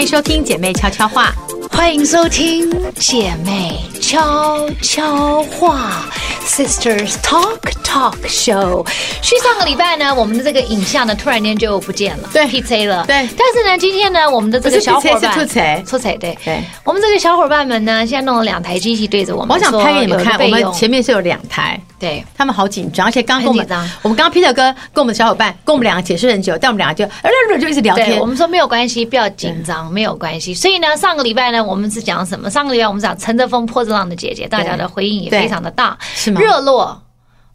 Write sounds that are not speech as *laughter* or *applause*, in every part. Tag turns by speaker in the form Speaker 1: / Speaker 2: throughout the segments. Speaker 1: 迎收听姐妹悄悄话。
Speaker 2: 欢迎收听姐妹悄悄话 Sisters Talk Talk Show。去上个礼拜呢，我们的这个影像呢，突然间就不见了，
Speaker 1: 对
Speaker 2: P C 了，
Speaker 1: 对
Speaker 2: 但是呢，今天呢，我们的这个小伙
Speaker 1: 不是 PZ
Speaker 2: 伴
Speaker 1: 是兔贼
Speaker 2: 兔贼对
Speaker 1: 对，
Speaker 2: 我们这个小伙伴们呢，现在弄了两台机器对着我们，
Speaker 1: 我想
Speaker 2: 说
Speaker 1: 拍给你们
Speaker 2: 有
Speaker 1: 看，
Speaker 2: 备
Speaker 1: 我们
Speaker 2: 用
Speaker 1: 前面是有两台。
Speaker 2: 对。
Speaker 1: 他们好紧张，而且刚跟我们
Speaker 2: 很紧张，
Speaker 1: 我们刚刚 Peter 哥跟我们小伙伴跟我们两个解释很久，但我们两个就呃就一直聊
Speaker 2: 对，
Speaker 1: 天嗯
Speaker 2: 我。们说没有关系，不要紧张，没有关系。所以呢，上个礼拜呢，我们是讲什么？上个礼拜我们讲乘着风破着浪的姐姐，大家的回应也
Speaker 1: 对
Speaker 2: 非常的大，
Speaker 1: 是吗
Speaker 2: 热络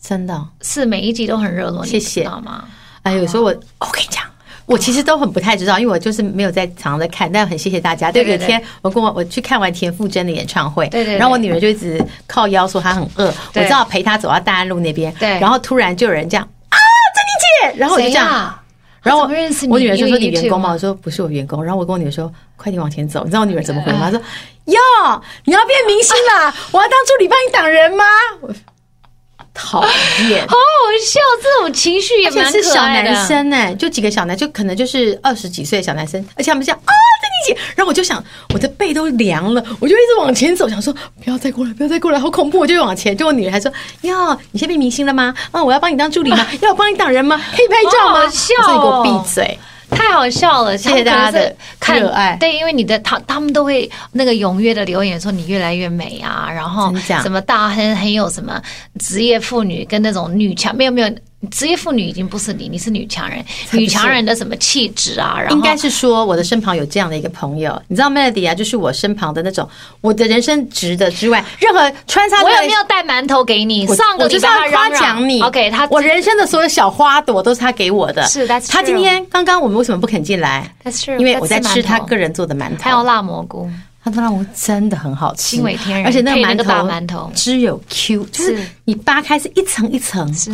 Speaker 1: 真的哦，
Speaker 2: 是每一集都很热络，
Speaker 1: 谢谢
Speaker 2: 你知道吗？
Speaker 1: 哎，有时候我我跟你讲，我其实都很不太知道，因为我就是没有在常常在看，但很谢谢大家。
Speaker 2: 对
Speaker 1: 对，
Speaker 2: 对
Speaker 1: 有天我跟我我去看完田馥甄的演唱会，
Speaker 2: 对对对
Speaker 1: 然后我女儿就一直靠腰说她很饿，我
Speaker 2: 对
Speaker 1: 正好陪她走到大安路那边，
Speaker 2: 对
Speaker 1: 然后突然就有人这样啊，珍妮姐，然后我就
Speaker 2: 谁啊
Speaker 1: 这
Speaker 2: 呀？
Speaker 1: 样。然后
Speaker 2: 他怎么认识你
Speaker 1: 我女儿就说：“你
Speaker 2: 因为
Speaker 1: 员工吗？”
Speaker 2: YouTube
Speaker 1: 我说：“不是我员工。”然后我跟我女儿说：“快点往前走。”你知道我女儿怎么回
Speaker 2: 嗯
Speaker 1: 吗？她说：“哟，你要变明星啦！ *laughs* 我要当助理帮你挡人吗？”我讨
Speaker 2: *laughs*
Speaker 1: 厌
Speaker 2: 好，好笑，这种情绪哦也
Speaker 1: 而且
Speaker 2: 蛮
Speaker 1: 是
Speaker 2: 可
Speaker 1: 小
Speaker 2: 爱的
Speaker 1: 男生哎、就几个小男，就可能就是二十几岁的小男生，而且他们这样啊，在一起，然后我就想我的背都凉了，我就一直往前走，想说不要再过来，不要再过来，好恐怖，我就往前。就我女儿还说哟，你现在变明星了吗？啊，我要帮你当助
Speaker 2: *laughs*
Speaker 1: 理吗？要我帮你挡人吗？可以拍照吗？
Speaker 2: 好好笑
Speaker 1: 我说你给我
Speaker 2: 哦
Speaker 1: 闭嘴！
Speaker 2: 太好笑了，
Speaker 1: 谢谢大家的
Speaker 2: 他们可能是看
Speaker 1: 热爱
Speaker 2: 对，因为你的他他们都会那个踊跃的留言说你越来越美啊，然后
Speaker 1: 真假
Speaker 2: 什么大亨很有什么职业妇女跟那种女强，没有没有。职业妇女已经不是你，你是女强人，
Speaker 1: 不是
Speaker 2: 女强人的什么气质啊？然后
Speaker 1: 应该是说我的身旁有这样的一个朋友，你知道 Melody 啊，就是我身旁的那种，我的人生值得之
Speaker 2: *laughs*
Speaker 1: 外，任何穿插
Speaker 2: 我
Speaker 1: 在
Speaker 2: 有没有带馒头给你？
Speaker 1: 我
Speaker 2: 上个
Speaker 1: 我就
Speaker 2: 礼
Speaker 1: 是
Speaker 2: 拜
Speaker 1: 要
Speaker 2: 他
Speaker 1: 夸
Speaker 2: 嚷嚷
Speaker 1: 奖你。
Speaker 2: OK，他
Speaker 1: 我人生的所有小花朵都是他给我的。
Speaker 2: 是，that's
Speaker 1: 他今
Speaker 2: true
Speaker 1: 天刚刚我们为什么不肯进来？
Speaker 2: That's true，
Speaker 1: 因为我在
Speaker 2: 他吃
Speaker 1: 吃他
Speaker 2: 馒头
Speaker 1: 个人做的馒头。
Speaker 2: 还有辣蘑菇，
Speaker 1: 他的辣蘑菇真的很好吃，
Speaker 2: 惊为天人
Speaker 1: 而且那个
Speaker 2: 配
Speaker 1: 馒头
Speaker 2: 那个大馒头
Speaker 1: 只有 Q，就是
Speaker 2: 是
Speaker 1: 你扒开是一层一层，
Speaker 2: 是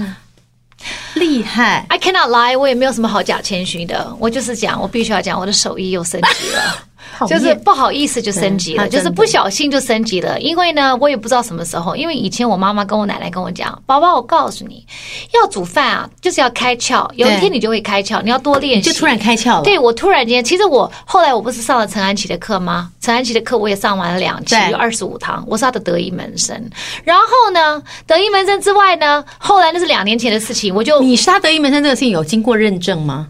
Speaker 1: 厉害。
Speaker 2: I cannot lie，我也没有什么好假谦虚的，我就是讲，我必须要讲，我的手艺又升级
Speaker 1: *laughs*
Speaker 2: 了。
Speaker 1: 讨厌
Speaker 2: 就是不好意思就升级
Speaker 1: 对
Speaker 2: 了，
Speaker 1: 他真的
Speaker 2: 就是不小心就升级了。因为呢，我也不知道什么时候，因为以前我妈妈跟我奶奶跟我讲，宝宝，我告诉你，要煮饭啊，就是要开窍，有一
Speaker 1: 对
Speaker 2: 天你就会开窍，你要多练
Speaker 1: 就
Speaker 2: 习。
Speaker 1: 突然哦开窍了，
Speaker 2: 对我突然间，其实我后来我不是上了陈安琪的课吗？陈安琪的课我也上完了两期
Speaker 1: 对，
Speaker 2: 有二十五堂，我是她的得意门生。然后呢，得意门生之外呢，后来那是两年前的事情，我就
Speaker 1: 你杀得意门生这个事情有经过认证吗？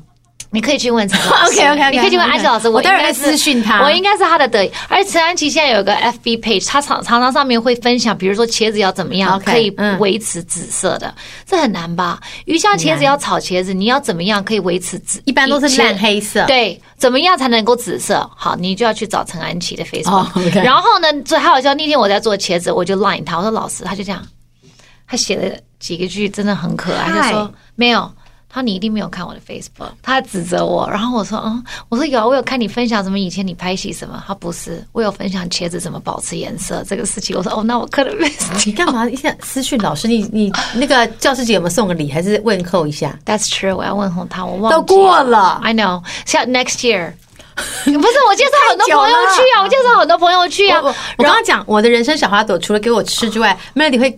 Speaker 2: 你可以去问陈老师
Speaker 1: *laughs* OK，OK，OK，
Speaker 2: 你可以去问安琪老师。
Speaker 1: 我
Speaker 2: 应该
Speaker 1: 待会儿
Speaker 2: 是
Speaker 1: 私讯他
Speaker 2: 我应该是他的得意。而且陈安琪现在有个 FB page，他常常常上面会分享，比如说茄子要怎么样
Speaker 1: OK，
Speaker 2: 可以
Speaker 1: 嗯
Speaker 2: 维持紫色的，这很难吧？鱼香茄子要炒茄子，你要怎么样可以维持紫？
Speaker 1: 一般都是
Speaker 2: 茄
Speaker 1: 烂黑色，
Speaker 2: 对，怎么样才能够紫色？好，你就要去找陈安琪的 Facebook。
Speaker 1: 哦，OK
Speaker 2: 然后呢，最好笑，那天我在做茄子，我就 line 他，我说老师，他就这样，他写了几个句真的很可爱，他
Speaker 1: 嗨
Speaker 2: 说没有。他说你一定没有看我的 Facebook，他指责我，然后我说嗯，我说有啊，我有看你分享什么以前你拍戏什么，他不是，我有分享茄子怎么保持颜色这个事情，我说哦，那我刻的
Speaker 1: *laughs*
Speaker 2: Facebook
Speaker 1: 你干嘛一下私讯老师？你你那个教师节有没有送个礼，还是问候一下？
Speaker 2: That's true，我要问候他，我忘记
Speaker 1: 都过了
Speaker 2: I know，像 next
Speaker 1: *laughs*
Speaker 2: year，不是我介绍很多
Speaker 1: 太久
Speaker 2: 朋友
Speaker 1: 了
Speaker 2: 去啊，我介绍很多朋友去啊
Speaker 1: 我我，我刚刚讲我的人生小花朵，除了给我吃之外，Melody 会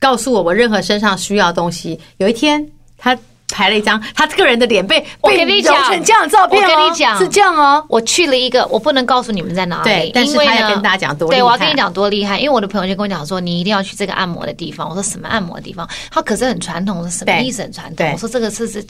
Speaker 1: 告诉我我任何身上需要的东西。有一天，他拍了一张他个人的脸被
Speaker 2: 我
Speaker 1: 被
Speaker 2: 跟你
Speaker 1: 揉
Speaker 2: 讲
Speaker 1: 成这样的照片、哦，
Speaker 2: 我跟你讲
Speaker 1: 是这样哦。
Speaker 2: 我去了一个，我不能告诉你们在哪里，
Speaker 1: 对但是
Speaker 2: 因为呢
Speaker 1: 他要跟大家讲多厉
Speaker 2: 对，
Speaker 1: 害
Speaker 2: 我要跟你讲多厉害，因为我的朋友就跟我讲说，你一定要去这个按摩的地方。我说什么按摩的地方？他可是很传统，我说什么
Speaker 1: 对
Speaker 2: 意思很传统
Speaker 1: 对？
Speaker 2: 我说这个是是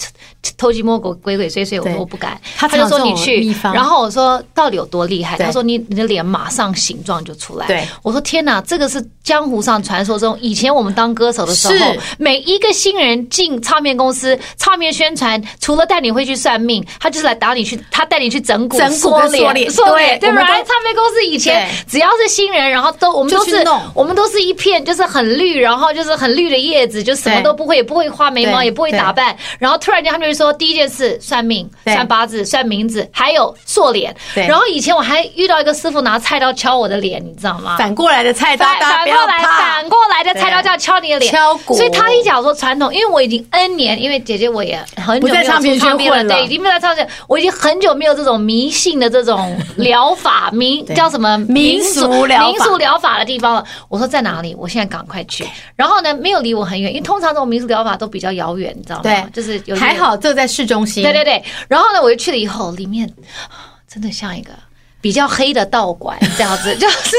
Speaker 2: 偷鸡摸狗、鬼鬼祟祟，我
Speaker 1: 对
Speaker 2: 说我不敢。
Speaker 1: 他
Speaker 2: 就
Speaker 1: 常
Speaker 2: 说
Speaker 1: 有
Speaker 2: 你
Speaker 1: 这种
Speaker 2: 去
Speaker 1: 秘，方
Speaker 2: 然后我说到底有多厉害？
Speaker 1: 对
Speaker 2: 他说你你的脸马上形状就出来。
Speaker 1: 对，
Speaker 2: 我说天哪，这个是江湖上传说中，以前我们当歌手的时候
Speaker 1: 是，
Speaker 2: 每一个新人进唱片公司，唱片宣传除了带你会去算命，他就是来打你去，他带你去整蛊。
Speaker 1: 整蛊跟缩脸
Speaker 2: 缩脸，
Speaker 1: 对
Speaker 2: 对
Speaker 1: 我们
Speaker 2: 吧？
Speaker 1: 都
Speaker 2: 唱片公司以前
Speaker 1: 对
Speaker 2: 只要是新人，然后都我们都
Speaker 1: 就去
Speaker 2: 是
Speaker 1: 弄
Speaker 2: 我们都是一片就是很绿，然后就是很绿的叶子，就什么
Speaker 1: 对
Speaker 2: 都不会，也不会画眉毛，
Speaker 1: 对
Speaker 2: 也不会打扮，然后突然间他们就说第一件事算命、
Speaker 1: 对
Speaker 2: 算八字、算名字，还有塑脸。
Speaker 1: 对
Speaker 2: 然后以前我还遇到一个师傅拿菜刀敲我的脸，你知道吗？
Speaker 1: 反过来的菜刀，
Speaker 2: 反
Speaker 1: 大家
Speaker 2: 反
Speaker 1: 不
Speaker 2: 过
Speaker 1: 要
Speaker 2: 来，
Speaker 1: 怕。
Speaker 2: 反过来的菜刀叫敲你的脸，
Speaker 1: 对敲鼓
Speaker 2: 所以他一讲说传统，因为我已经 N 年，因为姐姐我也很久
Speaker 1: 不在
Speaker 2: 没有
Speaker 1: 唱片
Speaker 2: 出
Speaker 1: 圈
Speaker 2: 唱片
Speaker 1: 混了
Speaker 2: 对，已经没有在唱片，我已经很久没有这种迷信的这种疗法，民
Speaker 1: *laughs* 对
Speaker 2: 叫什么
Speaker 1: 民俗疗法
Speaker 2: 民俗疗法的地方了。我说在哪里？我现在赶快去。然后呢，没有离我很远，因为通常这种民俗疗法都比较遥远，你知道吗？
Speaker 1: 对，
Speaker 2: 就是有点
Speaker 1: 还好，就在市中心。
Speaker 2: 对对对，然后呢，我就去了以后，里面啊真的像一个比较黑的道馆这样子， *laughs* 就是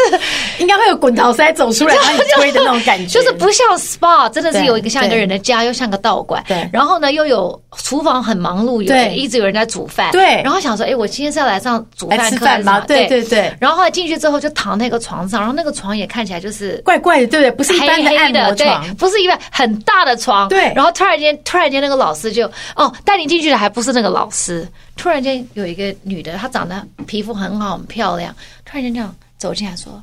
Speaker 1: 应该会有滚桃塞走出来
Speaker 2: *laughs*
Speaker 1: 把你推的那种感觉，
Speaker 2: 就是不像 SPA，真的是有一个像一个
Speaker 1: 对
Speaker 2: 人的家，又像个道馆。
Speaker 1: 对
Speaker 2: 然后呢，又有厨房很忙碌，有
Speaker 1: 对
Speaker 2: 一直有人在煮饭。
Speaker 1: 对
Speaker 2: 然后想说，哎，我今天是要来上煮
Speaker 1: 来
Speaker 2: 饭
Speaker 1: 吃
Speaker 2: 课还
Speaker 1: 饭
Speaker 2: 是什
Speaker 1: 吗？
Speaker 2: 么？
Speaker 1: 对对对，
Speaker 2: 然后后来进去之后就躺那个床上，然后那个床也看起来就是。
Speaker 1: 怪怪的，对不对？不是一
Speaker 2: 黑
Speaker 1: 般的
Speaker 2: 黑
Speaker 1: 按摩
Speaker 2: 的，对
Speaker 1: 床，，
Speaker 2: 不是一般很大的床，
Speaker 1: 对
Speaker 2: 然后突然间，突然间那个老师就，哦，带你进去的还不是那个老师，突然间有一个女的，她长得皮肤很好，很漂亮，突然间这样走进来说。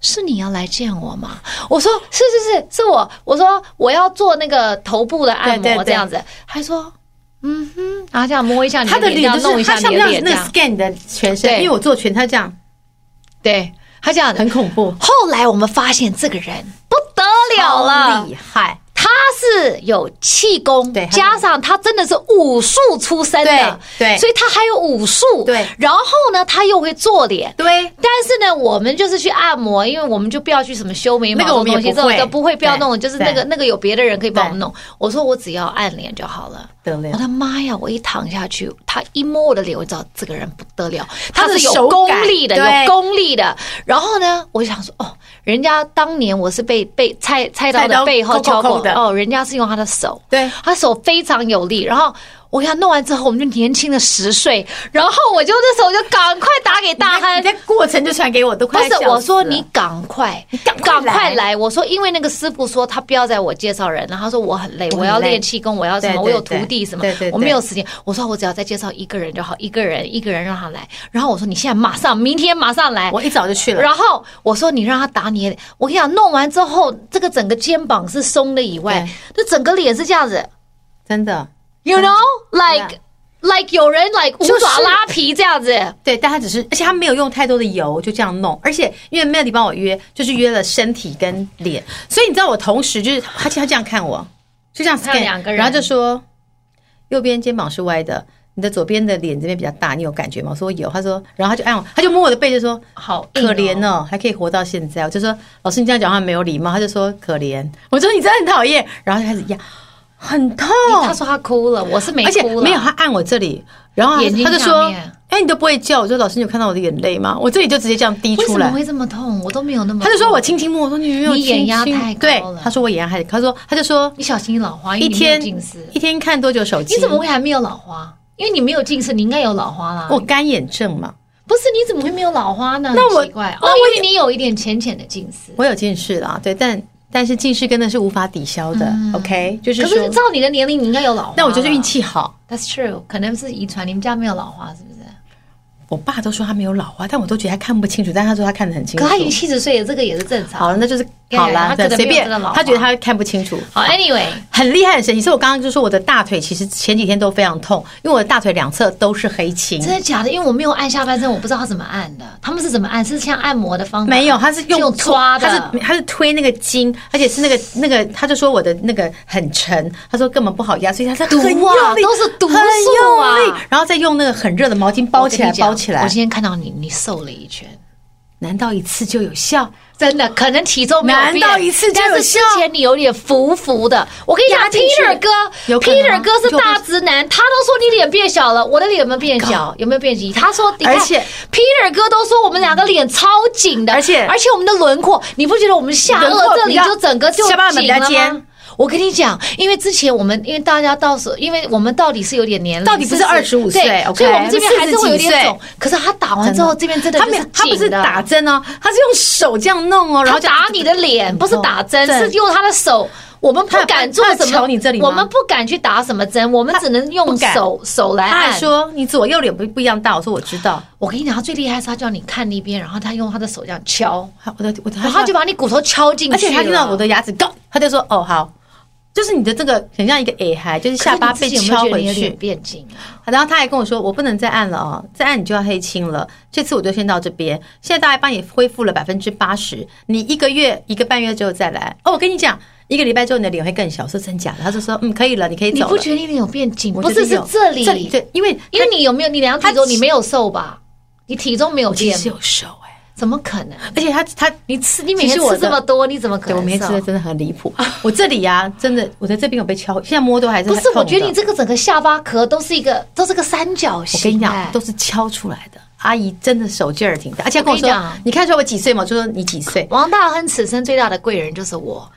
Speaker 2: 是你要来见我吗？我说是是是，是我。我说我要做那个头部的按
Speaker 1: 对对
Speaker 2: 摩，
Speaker 1: 对
Speaker 2: 这样子。还说，嗯哼，然后这样摸一下你
Speaker 1: 他的
Speaker 2: 脸，这
Speaker 1: 脸
Speaker 2: 样
Speaker 1: 就
Speaker 2: 弄一
Speaker 1: 是
Speaker 2: 下
Speaker 1: 他像
Speaker 2: 你
Speaker 1: 不
Speaker 2: 的
Speaker 1: 像
Speaker 2: 脸，这
Speaker 1: 那个
Speaker 2: 样。
Speaker 1: scan 你的全身？
Speaker 2: 对
Speaker 1: 因为我做全，他这样
Speaker 2: 对，他这样
Speaker 1: 很恐怖，
Speaker 2: 后来我们发现这个人不得了
Speaker 1: 超
Speaker 2: 了
Speaker 1: 厉，害。
Speaker 2: 他是有气功
Speaker 1: 对，他
Speaker 2: 加上他真的是武术出身的，
Speaker 1: 对对
Speaker 2: 所以他还有武术，
Speaker 1: 对
Speaker 2: 然后呢，他又会做脸。
Speaker 1: 对，
Speaker 2: 但是呢，我们就是去按摩，因为我们就不要去什么修眉毛
Speaker 1: 那个我
Speaker 2: 这
Speaker 1: 们也
Speaker 2: 种东西，
Speaker 1: 不
Speaker 2: 这
Speaker 1: 会
Speaker 2: 种都不会，不要
Speaker 1: 对
Speaker 2: 弄，就是那个那个有别的人可以帮我们弄。我说我只要按脸就好了。
Speaker 1: 得了
Speaker 2: 我的哦妈呀！我一躺下去，他一摸我的脸，我知道这个人不得了，
Speaker 1: 他
Speaker 2: 他
Speaker 1: 的
Speaker 2: 是有
Speaker 1: 手
Speaker 2: 功
Speaker 1: 感
Speaker 2: 力的，
Speaker 1: 对
Speaker 2: 有功力的。然后呢，我就想说，哦，人家当年我是被被菜菜刀
Speaker 1: 菜刀
Speaker 2: 的背后
Speaker 1: 扣扣
Speaker 2: 敲过
Speaker 1: 扣的
Speaker 2: 哦，人家是用他的手，
Speaker 1: 对
Speaker 2: 他手非常有力。然后我给他弄完之后，我们就年轻了十岁。然后我就那时候我就赶快打给大
Speaker 1: 你
Speaker 2: 亨，
Speaker 1: 在过程就传给我，都
Speaker 2: 不
Speaker 1: 快要
Speaker 2: 是
Speaker 1: 笑死
Speaker 2: 我说
Speaker 1: 了
Speaker 2: 你赶快，
Speaker 1: 赶快来
Speaker 2: 来！我说因为那个师傅说他不要在我介绍人，然后他说我很累，
Speaker 1: 我很
Speaker 2: 我要
Speaker 1: 累
Speaker 2: 练气功，我要什
Speaker 1: 对对
Speaker 2: 么，我有徒弟什么
Speaker 1: 对对对，
Speaker 2: 我没有时间。我说我只要再介绍一个人就好，一个人一个人让他来。然后我说你现在马上，明天马上来。
Speaker 1: 我一早就去了，
Speaker 2: 然后我说你让他打你的脸，我跟你讲，弄完之后这个整个肩膀是松的以外
Speaker 1: 对，
Speaker 2: 这整个脸是这样子
Speaker 1: 真的。
Speaker 2: ，you know
Speaker 1: Yeah
Speaker 2: like like 有人 like 五
Speaker 1: 就是
Speaker 2: 爪拉皮这样子。
Speaker 1: 对，但他只是，而且他没有用太多的油，就这样弄。而且因为 Melody 帮我约，就是约了身体跟脸，所以你知道我同时就是他他这样看我，就这样
Speaker 2: 还有
Speaker 1: scan
Speaker 2: 两个人
Speaker 1: 然后就说右边肩膀是歪的，你的左边的脸这边比较大，你有感觉吗？我说有，他说，然后他就按我，他就摸我的背，就说
Speaker 2: 好硬哦
Speaker 1: 可怜哦，还可以活到现在。我就说老师你这样讲话没有礼貌，他就说可怜，我说你真的很讨厌，然后就开始压，很痛，
Speaker 2: 他说他哭了，我是没
Speaker 1: 而且
Speaker 2: 哭了，
Speaker 1: 没有，他按我这里，然后他
Speaker 2: 眼睛
Speaker 1: 他就
Speaker 2: 下
Speaker 1: 说
Speaker 2: 面：“
Speaker 1: 哎，你都不会叫。”我说：“老师，你有看到我的眼泪吗？”我这里就直接这样滴
Speaker 2: 为什
Speaker 1: 出
Speaker 2: 么
Speaker 1: 来。
Speaker 2: 会这么痛？我都没有那么。
Speaker 1: 他就说：“我，轻轻摸。”我说：“你没有
Speaker 2: 你眼
Speaker 1: 轻
Speaker 2: 压
Speaker 1: 轻
Speaker 2: 太高
Speaker 1: 对
Speaker 2: 了，
Speaker 1: 他说：“我眼压太高。”他说：“他就说
Speaker 2: 你小心老花，因
Speaker 1: 一
Speaker 2: 为你没有
Speaker 1: 天
Speaker 2: 近视。
Speaker 1: 一天看多久手机？
Speaker 2: 你怎么会还没有老花？因为你没有近视，你应该有老花啦。
Speaker 1: 我干眼症嘛？
Speaker 2: 不是，你怎么会没有老花呢？
Speaker 1: 那我
Speaker 2: 很奇怪，
Speaker 1: 那
Speaker 2: 哦
Speaker 1: 我，
Speaker 2: 因为你有一点浅浅的近视。
Speaker 1: 我有近视啦，对，但但是近视真的是无法抵消的。OK，就是
Speaker 2: 可
Speaker 1: 说
Speaker 2: 是，照你的年龄，你应该有老花。
Speaker 1: 那我就是运。气好。
Speaker 2: That's true，可能是遗传。你们家没有老花是不是？
Speaker 1: 我爸都说他没有老花，但我都觉得他看不清楚，但他说他看得很清楚。
Speaker 2: 可他已经七十岁了，这个也是正常。
Speaker 1: 好了，那就是
Speaker 2: 对
Speaker 1: 好啦，
Speaker 2: 他可能
Speaker 1: 对随
Speaker 2: 没有
Speaker 1: 便
Speaker 2: 真的老，花
Speaker 1: 他觉得他看不清楚。
Speaker 2: 好，Anyway，
Speaker 1: 很厉害、很神奇。所以我刚刚就说我的大腿其实前几天都非常痛，因为我的大腿两侧都是黑青
Speaker 2: 真。的假的？因为我没有按下半身，我不知道他怎么按的。他们是怎么按？是像按摩的方法？
Speaker 1: 没有，他是用
Speaker 2: 用抓的
Speaker 1: 他是他是推那个筋，而且是那个那个，他就说我的那个很沉，他说根本不好压，所以他是很用
Speaker 2: 毒啊
Speaker 1: 力，
Speaker 2: 都是毒素
Speaker 1: 很
Speaker 2: 啊
Speaker 1: 用力，然后再用那个很热的毛巾包起
Speaker 2: 我
Speaker 1: 来，
Speaker 2: 跟你讲
Speaker 1: 包起来
Speaker 2: 我，今天看到你，你瘦了一圈。
Speaker 1: 难道一次就有效？
Speaker 2: 真的，可能体重没有变
Speaker 1: 难道一次就有
Speaker 2: 但是
Speaker 1: 效
Speaker 2: 之前你有点浮浮的。我跟你讲
Speaker 1: 压进去
Speaker 2: ，Peter 哥
Speaker 1: 有可能啊
Speaker 2: ，Peter 哥是大直男，他都说你脸变小了，我的脸有没有变小？有没有变紧？他说，你看
Speaker 1: 而且
Speaker 2: Peter 哥都说我们两个脸超紧的，
Speaker 1: 而且
Speaker 2: 而且我们的轮廓，你不觉得我们下
Speaker 1: 轮廓
Speaker 2: 颚这
Speaker 1: 比
Speaker 2: 里
Speaker 1: 较
Speaker 2: 就整个就
Speaker 1: 下巴比
Speaker 2: 紧
Speaker 1: 较
Speaker 2: 了吗
Speaker 1: 尖？
Speaker 2: 我跟你讲，因为之前我们因为大家到时候，因为我们到底是有点年龄，
Speaker 1: 到底不是
Speaker 2: 40
Speaker 1: 25岁
Speaker 2: 对
Speaker 1: OK，
Speaker 2: 所以我们这边还是会有
Speaker 1: 40几岁
Speaker 2: 点肿。可是他打完之后，这边真的
Speaker 1: 他
Speaker 2: 就
Speaker 1: 没有
Speaker 2: 紧，
Speaker 1: 他不是
Speaker 2: 的
Speaker 1: 打针哦，他是用手这样弄哦，然
Speaker 2: 他
Speaker 1: 后这样
Speaker 2: 打你的脸，不是打针，
Speaker 1: 对
Speaker 2: 是用他的手。我们不敢做
Speaker 1: 他
Speaker 2: 什
Speaker 1: 有瞧
Speaker 2: 么，
Speaker 1: 你这里吗
Speaker 2: 我们不敢去打什么针，我们只能用
Speaker 1: 不敢
Speaker 2: 手手来
Speaker 1: 他还
Speaker 2: 按。
Speaker 1: 说你左右脸不不一样大，我说我知道，
Speaker 2: 我跟你讲，他最厉害是他叫你看那边，然后他用他的手这样敲，
Speaker 1: 他我的我的，
Speaker 2: 然后他就把你骨头敲进去。
Speaker 1: 而且他听到我，的牙齿咯，他就说：“哦，好，就是你的这个很像一个 A 孩，就是下巴
Speaker 2: *laughs*
Speaker 1: 被敲
Speaker 2: 可是
Speaker 1: 回
Speaker 2: 你自己有没有觉得你的脸
Speaker 1: 去。
Speaker 2: 变紧啊”
Speaker 1: 然后他还跟我说：“我不能再按了哦，再按你就要黑青了。”这次我就先到这边，现在大概帮你恢复了百分之八十，你一个月一个半月之后再来。哦，我跟你讲，一个礼拜之后你的脸会更小，我说真假的？他就说：“嗯，可以了，你可以
Speaker 2: 你
Speaker 1: 走
Speaker 2: 不
Speaker 1: 了。
Speaker 2: 觉得你脸有变紧？
Speaker 1: 我
Speaker 2: 不
Speaker 1: 觉得有”
Speaker 2: 是是这里，
Speaker 1: 这里对，因为
Speaker 2: 因为你有没有你量体
Speaker 1: 他
Speaker 2: 重？你没有瘦吧？你体重没有
Speaker 1: 其
Speaker 2: 变
Speaker 1: 实是，有瘦哎、
Speaker 2: 怎么可能？
Speaker 1: 而且他他
Speaker 2: 你吃你每
Speaker 1: 其
Speaker 2: 天
Speaker 1: 实我
Speaker 2: 吃
Speaker 1: 的
Speaker 2: 这么多，你怎么可
Speaker 1: 对我
Speaker 2: 能
Speaker 1: 每天吃的
Speaker 2: 瘦？
Speaker 1: 真的很离谱，我这里呀、真的我在这边有被敲，现在摸都还是
Speaker 2: 不是，
Speaker 1: 痛
Speaker 2: 我觉得
Speaker 1: 的
Speaker 2: 你这个整个下巴壳都是一个都是个三角
Speaker 1: 我跟
Speaker 2: 形。
Speaker 1: 你
Speaker 2: 哎
Speaker 1: 讲，都是敲出来的。阿姨真的手劲儿挺大，而且跟我说
Speaker 2: 我跟你讲，
Speaker 1: 你看出来我几岁吗？就说你几岁，
Speaker 2: 王大亨此生最大的贵人就是我，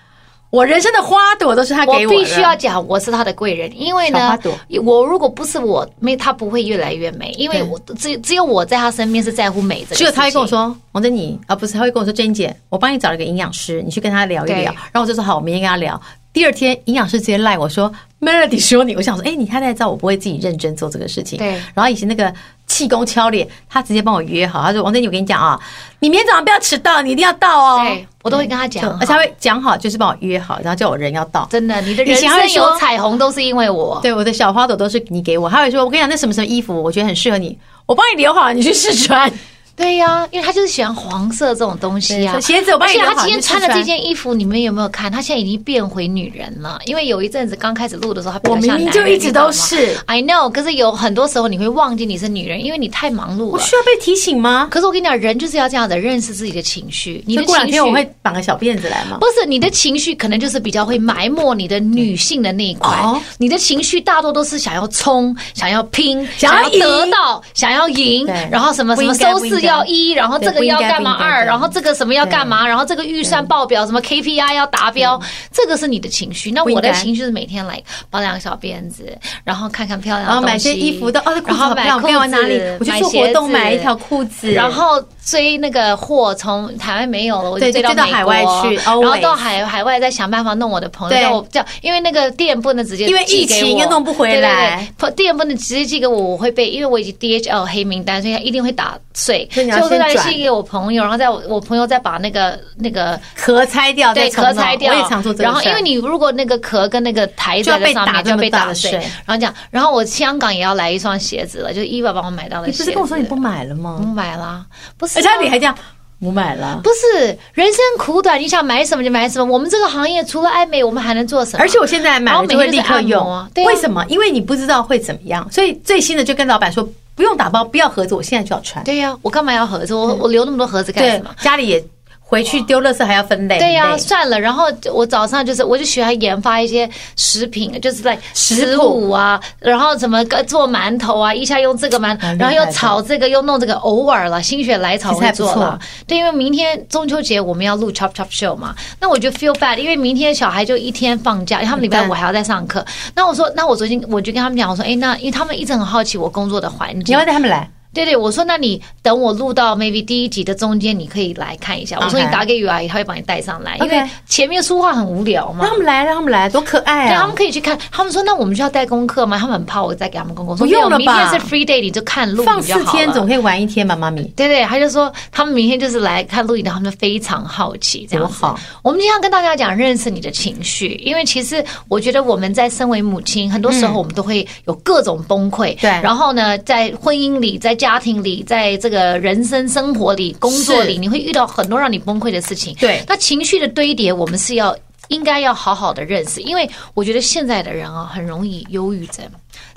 Speaker 1: 我人生的花朵都是她
Speaker 2: 我
Speaker 1: 给我的。
Speaker 2: 必须要讲我是他的贵人，因为
Speaker 1: 小花
Speaker 2: 呢
Speaker 1: 朵，
Speaker 2: 我如果不是我，没他不会越来越美，因为我只只有我在他身边是在乎美这个。
Speaker 1: 只有他会跟我，说：“王珍妮啊，不是，他会跟我说，珍妮姐，我帮你找了一个营养师，你去跟他聊一
Speaker 2: 对
Speaker 1: 聊。”然后我就说：“好，我明天跟他聊。”第二天，营养师直接赖我说：“Melody 说你。”我想说：“哎、你太太知道我不会自己认真做这个事情。”
Speaker 2: 对
Speaker 1: 然后以前那个气功敲脸，他直接帮我约好，他说：“王珍妮，我跟你讲啊，你明天早上不要迟到，你一定要到哦。”
Speaker 2: 对我都会跟他讲哦
Speaker 1: 就，而且他会讲好，就是帮我约好，然后叫我人要到。
Speaker 2: 真的，你的
Speaker 1: 以
Speaker 2: 人
Speaker 1: 前还会
Speaker 2: 生有
Speaker 1: 说
Speaker 2: 彩虹都是因为我。
Speaker 1: 对，我的小花朵都是你给我。他会说：“我跟你讲，那什么什么衣服，我觉得很适合你，我帮你留好，你去试穿。”
Speaker 2: 对呀、因为他就是喜欢黄色这种东西啊。
Speaker 1: 对鞋子我
Speaker 2: 而
Speaker 1: 帮你
Speaker 2: 且
Speaker 1: 量好
Speaker 2: 他今天
Speaker 1: 你就
Speaker 2: 穿的
Speaker 1: 试穿
Speaker 2: 这件衣服，你们有没有看？他现在已经变回女人了。因为有一阵子刚开始录的时候，他比较
Speaker 1: 我明
Speaker 2: 像
Speaker 1: 明
Speaker 2: 男
Speaker 1: 就
Speaker 2: 人
Speaker 1: 一直
Speaker 2: 你懂
Speaker 1: 都
Speaker 2: 吗
Speaker 1: 是
Speaker 2: I know，可是有很多时候你会忘记你是女人，因为你太忙碌
Speaker 1: 我
Speaker 2: 了。
Speaker 1: 需要被提醒吗？
Speaker 2: 可是我跟你讲，人就是要这样的认识自己的情绪。你
Speaker 1: 所以
Speaker 2: 的
Speaker 1: 过两
Speaker 2: 情绪
Speaker 1: 天我会绑个小辫子来吗？
Speaker 2: 不是你的情绪，可能就是比较会埋没你的女性的那一块。
Speaker 1: 哦
Speaker 2: 你的情绪大多都是想要冲、想要拼、
Speaker 1: 想要赢
Speaker 2: 得到、想要赢
Speaker 1: 对，
Speaker 2: 然后什么
Speaker 1: 不
Speaker 2: 什么
Speaker 1: 应该
Speaker 2: 收视要一，然后这个
Speaker 1: 对不应
Speaker 2: 要
Speaker 1: 该
Speaker 2: 干嘛
Speaker 1: 不应该
Speaker 2: 二，
Speaker 1: 对
Speaker 2: 然后这个什么要干嘛，然后这个预算报表什么 KPI 要达标，这个是你的情绪。那
Speaker 1: 嗯不应
Speaker 2: 我的
Speaker 1: 该
Speaker 2: 情绪是每天来绑两个小辫子，然后看看漂亮的
Speaker 1: 然后
Speaker 2: 东西，
Speaker 1: 买些衣服的，哦，这裤
Speaker 2: 然
Speaker 1: 子
Speaker 2: 后
Speaker 1: 好
Speaker 2: 买
Speaker 1: 漂亮，我
Speaker 2: 裤
Speaker 1: 看
Speaker 2: 子
Speaker 1: 我哪里？我去做活动买
Speaker 2: 鞋
Speaker 1: 一
Speaker 2: 子
Speaker 1: 条裤子，
Speaker 2: 然后追那个货从台湾没有了，我就
Speaker 1: 对
Speaker 2: 追
Speaker 1: 就追到
Speaker 2: 美国
Speaker 1: 海外去
Speaker 2: 然后到
Speaker 1: always
Speaker 2: 海海外再想办法弄我的朋友，
Speaker 1: 对
Speaker 2: 叫我叫，因为那个店不能直接
Speaker 1: 因为
Speaker 2: 寄
Speaker 1: 疫
Speaker 2: 给
Speaker 1: 情
Speaker 2: 我
Speaker 1: 又弄不回来，
Speaker 2: 对对对朋店不能直接寄给我，我会被，因为我已经 DHL 黑名单，所以他一定会打碎，
Speaker 1: 所以你要
Speaker 2: 我
Speaker 1: 先
Speaker 2: 来
Speaker 1: 转
Speaker 2: 寄给我朋友，然后再我我朋友再把那个那个。
Speaker 1: 壳拆掉，
Speaker 2: 对
Speaker 1: 再重弄
Speaker 2: 壳拆掉，
Speaker 1: 我也常做这个事儿
Speaker 2: 然后因为你如果那个壳跟那个台在在上面，
Speaker 1: 就
Speaker 2: 就要
Speaker 1: 要
Speaker 2: 被
Speaker 1: 被打这么大
Speaker 2: 打
Speaker 1: 的
Speaker 2: 碎
Speaker 1: 碎。
Speaker 2: 然后讲，然后我香港也要来一双鞋子了，就是伊娃帮我买到的
Speaker 1: 你
Speaker 2: 鞋
Speaker 1: 不
Speaker 2: 子。
Speaker 1: 是跟我说你不买了
Speaker 2: 我
Speaker 1: 吗？
Speaker 2: 买啦，不是、
Speaker 1: 而
Speaker 2: 啊，
Speaker 1: 且他你还这样，我买了。
Speaker 2: 不是人生苦短，你想买什么就买什么。我们这个行业除了爱美，我们还能做什么？
Speaker 1: 而且我现在买
Speaker 2: 然后
Speaker 1: 了
Speaker 2: 每
Speaker 1: 就会
Speaker 2: 天
Speaker 1: 立
Speaker 2: 就是
Speaker 1: 刻
Speaker 2: 按摩
Speaker 1: 用
Speaker 2: 啊，对啊
Speaker 1: 为什么？因为你不知道会怎么样，所以最新的就跟老板说不用打包，不要盒子，我现在就要穿。
Speaker 2: 对呀、我干嘛要盒子？我我留那么多盒子干什
Speaker 1: 对
Speaker 2: 么？，
Speaker 1: 家里也回去丢垃圾还要分类，
Speaker 2: 对呀、
Speaker 1: 很累
Speaker 2: 算了。然后我早上就是，我就喜欢研发一些食品，就是在
Speaker 1: 食
Speaker 2: 食
Speaker 1: 谱
Speaker 2: 谱啊，然后怎么个做馒头啊，一下用这个馒
Speaker 1: 蛮，厉
Speaker 2: 然
Speaker 1: 害
Speaker 2: 后
Speaker 1: 的
Speaker 2: 又炒这个，又弄这个，偶尔了，心血来潮
Speaker 1: 其实
Speaker 2: 会
Speaker 1: 还不
Speaker 2: 做
Speaker 1: 错
Speaker 2: 了。对，因为明天中秋节我们要录 Chop Chop Show 嘛，那我就 feel bad，因为明天小孩就一天放假，他们礼拜五
Speaker 1: 对
Speaker 2: 还要再上课。那我说，那我昨天我就跟他们讲，我说，哎，那因为他们一直很好奇我工作的环
Speaker 1: 你
Speaker 2: 境
Speaker 1: 要，带他们来，
Speaker 2: 对对，我说那你等我录到 maybe 第一集的中间，你可以来看一下。我说
Speaker 1: OK
Speaker 2: 你打给雨阿姨，她会帮你带上来，因
Speaker 1: OK
Speaker 2: 为前面说话很无聊嘛
Speaker 1: 让。他们来，让他们来，多可爱
Speaker 2: 对，
Speaker 1: 啊！
Speaker 2: 他们可以去看。他们说：“那我们需要带功课吗？”他们很怕我再给他们功课。我说
Speaker 1: 不用
Speaker 2: 没有
Speaker 1: 了吧
Speaker 2: 明天是 free day，你就看录
Speaker 1: 放
Speaker 2: 影就
Speaker 1: 四
Speaker 2: 好
Speaker 1: 天
Speaker 2: 了
Speaker 1: 总可以玩一天吧，妈咪。
Speaker 2: 对对，他就说他们明天就是来看录影的，他们非常好奇，这样子
Speaker 1: 多好。
Speaker 2: 我们经常跟大家讲认识你的情绪，因为其实我觉得我们在身为母亲，很多时候我们都会有各种崩溃。
Speaker 1: 嗯对
Speaker 2: 然后呢，在婚姻里、在家庭里、在这个人生生活里、工作里，
Speaker 1: 是
Speaker 2: 你会遇到很多让你崩溃的事情。
Speaker 1: 对
Speaker 2: 那情绪的堆叠，我们是要。应该要好好的认识，因为我觉得现在的人啊，很容易忧郁症、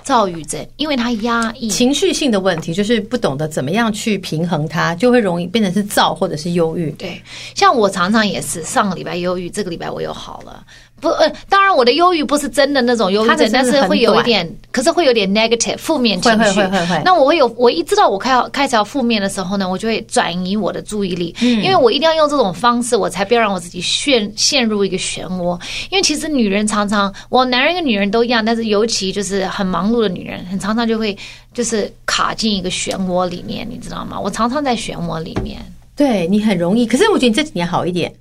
Speaker 2: 躁郁症，因为他压抑，
Speaker 1: 情绪性的问题，就是不懂得怎么样去平衡它，就会容易变成是躁或者是忧郁。
Speaker 2: 对，像我常常也是，上个礼拜忧郁，这个礼拜我又好了。不，呃，当然我的忧郁不是真的那种忧郁
Speaker 1: 他的
Speaker 2: 症，
Speaker 1: 是
Speaker 2: 但
Speaker 1: 不是
Speaker 2: 是
Speaker 1: 很
Speaker 2: 会有一
Speaker 1: 短
Speaker 2: 点，可是会有点 negative 负面情
Speaker 1: 会会
Speaker 2: 绪。
Speaker 1: 会会会
Speaker 2: 那我会有，我一知道我开要开始要负面的时候呢，我就会转移我的注意力，
Speaker 1: 嗯
Speaker 2: 因为我一定要用这种方式，我才不要让我自己陷陷入一个漩涡。因为其实女人常常，我男人跟女人都一样，但是尤其就是很忙碌的女人，很常常就会就是卡进一个漩涡里面，你知道吗？我常常在漩涡里面。
Speaker 1: 对你很容易，可是我觉得你这几年好一点。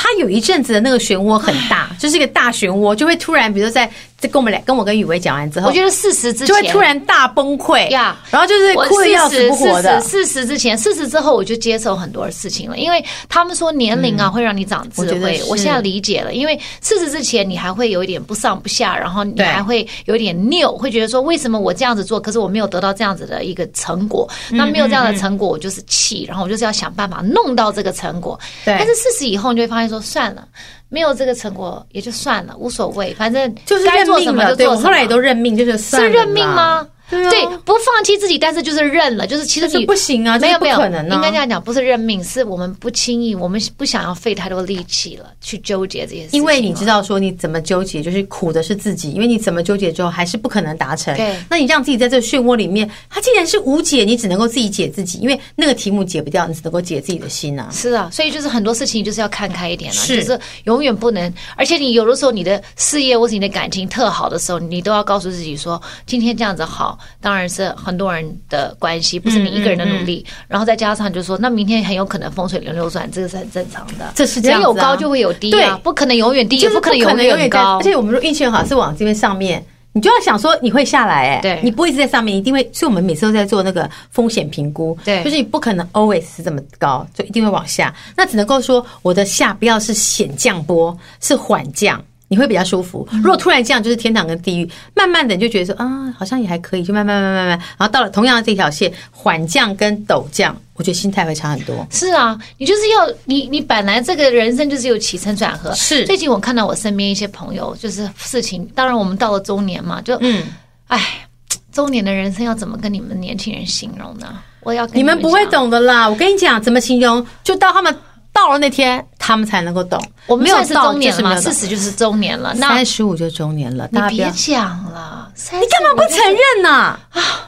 Speaker 1: 他有一阵子的那个漩涡很大，就是一个大漩涡，就会突然，比如说在在跟我们俩跟我跟雨薇讲完之后，
Speaker 2: 我觉得四十
Speaker 1: 哦
Speaker 2: 之前
Speaker 1: 就会突然大崩溃
Speaker 2: 呀
Speaker 1: 然后就是
Speaker 2: 我
Speaker 1: 哭的要死不活的。
Speaker 2: 四十之前，四十之后我就接受很多事情了，因为他们说年龄啊、会让你长
Speaker 1: 嗯
Speaker 2: 智
Speaker 1: 我觉得
Speaker 2: 慧
Speaker 1: 是，
Speaker 2: 我现在理解了，因为四十之前你还会有一点不上不下，然后你
Speaker 1: 对
Speaker 2: 还会有点拗，会觉得说为什么我这样子做，可是我没有得到这样子的一个成果，
Speaker 1: 嗯
Speaker 2: 那没有这样的成果我就是气，然后我就是要想办法弄到这个成果。
Speaker 1: 对
Speaker 2: 但是四十以后你就会发现说算了，没有这个成果也就算了，无所谓，反正
Speaker 1: 就是
Speaker 2: 该
Speaker 1: 认
Speaker 2: 做什
Speaker 1: 命
Speaker 2: 么
Speaker 1: 了，
Speaker 2: 就
Speaker 1: 对
Speaker 2: 做
Speaker 1: 我
Speaker 2: 什么。
Speaker 1: 后来也都认命，就是算
Speaker 2: 是
Speaker 1: 了啦
Speaker 2: 认命？吗？
Speaker 1: 对啊
Speaker 2: 不放弃自己，但是就是认了，就是其实
Speaker 1: 但是
Speaker 2: 你
Speaker 1: 不行啊
Speaker 2: 没
Speaker 1: 这是
Speaker 2: 有
Speaker 1: 不
Speaker 2: 没有，
Speaker 1: 可能啊
Speaker 2: 应该这样讲，不是认命，是我们不轻易，我们不想要费太多力气了去纠结这件事情了，
Speaker 1: 因为你知道说你怎么纠结，就是苦的是自己，因为你怎么纠结之后还是不可能达成。
Speaker 2: 对
Speaker 1: 那你让自己在这个漩涡里面，它既然是无解，你只能够自己解自己，因为那个题目解不掉，你只能够解自己的心啊。
Speaker 2: 是啊，所以就是很多事情就是要看开一点了、啊
Speaker 1: 是
Speaker 2: 就是永远不能。而且你有的时候你的事业或是你的感情特好的时候，你都要告诉自己说，今天这样子好，当然是很多人的关系，不是你一个人的努力。然后再加上就说，那明天很有可能风水轮流转，这个是很正常的。
Speaker 1: 这是这样
Speaker 2: 人
Speaker 1: 子啊
Speaker 2: 有高就会有低啊
Speaker 1: 对，
Speaker 2: 不可能永远低，
Speaker 1: 就
Speaker 2: 也
Speaker 1: 是
Speaker 2: 可能
Speaker 1: 永
Speaker 2: 远
Speaker 1: 在
Speaker 2: 高
Speaker 1: 而。且我们如果运气很好，是往这边上面，你就要想说你会下来、哎，
Speaker 2: 对
Speaker 1: 你不会一直在上面，一定会。所以我们每次都在做那个风险评估，
Speaker 2: 对
Speaker 1: 就是你不可能 always 是这么高，就一定会往下。那只能够说我的下不要是险降波，是缓降。你会比较舒服。
Speaker 2: 嗯
Speaker 1: 如果突然降，就是天堂跟地狱。慢慢的，你就觉得说啊，好像也还可以，就慢慢慢慢慢慢。然后到了同样的这条线，缓降跟陡降，我觉得心态会差很多。
Speaker 2: 是啊，你就是要你你本来这个人生就是有起承转合。
Speaker 1: 是
Speaker 2: 最近我看到我身边一些朋友，就是事情，当然我们到了中年嘛，就嗯，哎，中年的人生要怎么跟你们年轻人形容呢？我要跟
Speaker 1: 你
Speaker 2: 哎们
Speaker 1: 们不会
Speaker 2: 讲，
Speaker 1: 懂的啦！我跟你讲，怎么形容，就到他们到了那天，他们才能够懂。
Speaker 2: 我们
Speaker 1: 没有
Speaker 2: 算是
Speaker 1: 到
Speaker 2: 中年
Speaker 1: 就
Speaker 2: 了
Speaker 1: 是没
Speaker 2: 嘛，
Speaker 1: 有
Speaker 2: 四十就是中年了。那
Speaker 1: 三十五就中年了，
Speaker 2: 你
Speaker 1: 大家不要
Speaker 2: 别，讲了，你
Speaker 1: 你干嘛不承认呢？啊，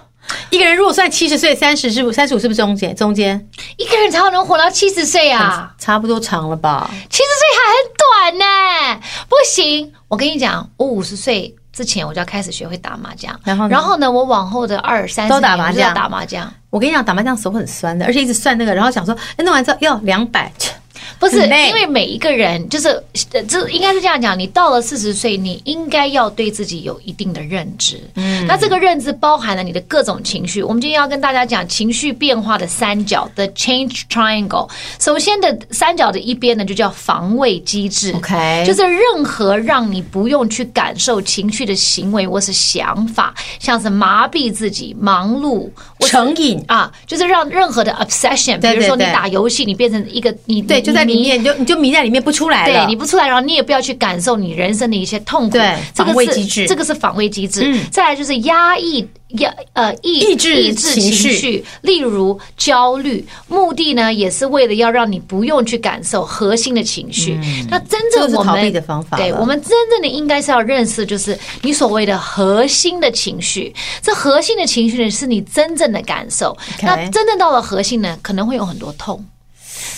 Speaker 1: 一个人如果算七十岁，三十是不三十五是不是中间？中间
Speaker 2: 一个人才能活到七十岁啊？
Speaker 1: 差不多长了吧？
Speaker 2: 七十岁还很短呢、不行，我跟你讲，我五十岁之前我就要开始学会打麻将，
Speaker 1: 然后呢
Speaker 2: 然后呢，我往后的二三十
Speaker 1: 都打
Speaker 2: 年
Speaker 1: 麻
Speaker 2: 我就要
Speaker 1: 将
Speaker 2: 打麻将，
Speaker 1: 我跟你讲，打麻将手很酸的，而且一直算那个，然后想说，哎，弄完之后要两百，切
Speaker 2: 不是
Speaker 1: 很累
Speaker 2: 因为每一个人就是，呃这应该是这样讲，你到了四十岁，你应该要对自己有一定的认知，嗯，那这个认知包含了你的各种情绪。我们今天要跟大家讲情绪变化的三角的 change triangle。首先的三角的一边呢，就叫防卫机制
Speaker 1: OK
Speaker 2: 就是任何让你不用去感受情绪的行为或是想法，像是麻痹自己、忙碌、或是
Speaker 1: 成瘾。
Speaker 2: 啊，就是让任何的 obsession，比
Speaker 1: 对
Speaker 2: 如说你
Speaker 1: 对对
Speaker 2: 打游戏，你变成一个你
Speaker 1: 对，
Speaker 2: 你
Speaker 1: 就在
Speaker 2: 你
Speaker 1: 里面，你就你就迷在里面不出来
Speaker 2: 对
Speaker 1: 了
Speaker 2: 你。不出来，然后你也不要去感受你人生的一些痛苦。
Speaker 1: 对
Speaker 2: 这个
Speaker 1: 防卫
Speaker 2: 是
Speaker 1: 机制嗯
Speaker 2: 这个是防卫机制。再来就是压抑压呃抑
Speaker 1: 抑制
Speaker 2: 抑制情
Speaker 1: 情绪
Speaker 2: 绪，例如焦虑，目的呢也是为了要让你不用去感受核心的情绪。那真
Speaker 1: 嗯这
Speaker 2: 正
Speaker 1: 个是
Speaker 2: 我们
Speaker 1: 逃避的方法
Speaker 2: 对
Speaker 1: 了
Speaker 2: 我们真正的应该是要认识，就是你所谓的核心的情绪。这核心的情绪呢，是你真正的感受。
Speaker 1: OK
Speaker 2: 那真正到了核心呢，可能会有很多痛，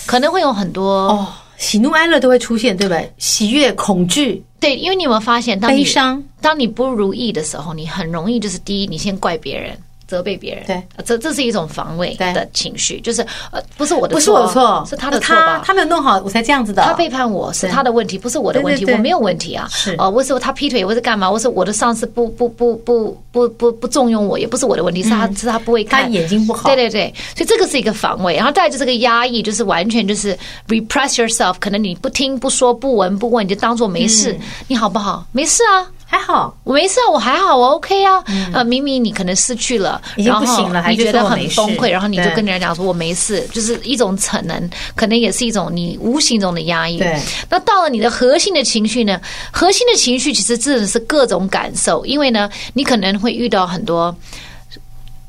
Speaker 2: 可能会有很多
Speaker 1: 哦，喜怒哀乐都会出现，对吧？喜悦、恐惧、
Speaker 2: 对，因为你有没有发现，当
Speaker 1: 悲
Speaker 2: 你
Speaker 1: 伤，
Speaker 2: 当你不如意的时候，你很容易就是第一，你先怪别人。责备别人，
Speaker 1: 对
Speaker 2: 呃，这这是一种防卫
Speaker 1: 对
Speaker 2: 的情绪，就是呃，不是我
Speaker 1: 不
Speaker 2: 的错，
Speaker 1: 是我的错，
Speaker 2: 是他的错
Speaker 1: 他
Speaker 2: 吧？
Speaker 1: 他没有弄好，我才这样子的。
Speaker 2: 他背叛我是他的问题，不是我的问题，
Speaker 1: 对对对
Speaker 2: 我没有问题啊。
Speaker 1: 是
Speaker 2: 哦，我是他劈腿，我是干嘛？我是我的上司不不不不不不不重用我，也不是我的问题，是他是他不会
Speaker 1: 嗯他
Speaker 2: 看，
Speaker 1: 眼睛不好，
Speaker 2: 对对对，所以这个是一个防卫，然后再来就是个压抑，就是完全就是 repress yourself，可能你不听不说不闻不问，你就当做没事，你好不好？没事啊。
Speaker 1: 还好。
Speaker 2: 我没事啊，我还好，我 OK 啊。呃，明明你可能失去了，
Speaker 1: 嗯已经
Speaker 2: 然后
Speaker 1: 不行了还
Speaker 2: 你
Speaker 1: 是
Speaker 2: 觉得
Speaker 1: 说我
Speaker 2: 很
Speaker 1: 没事
Speaker 2: 崩溃，然后你就
Speaker 1: 对
Speaker 2: 跟人家讲说我没事，就是一种逞能，可能也是一种你无形中的压抑。
Speaker 1: 对
Speaker 2: 那到了你的核心的情绪呢？核心的情绪其实真的是各种感受，因为呢，你可能会遇到很多。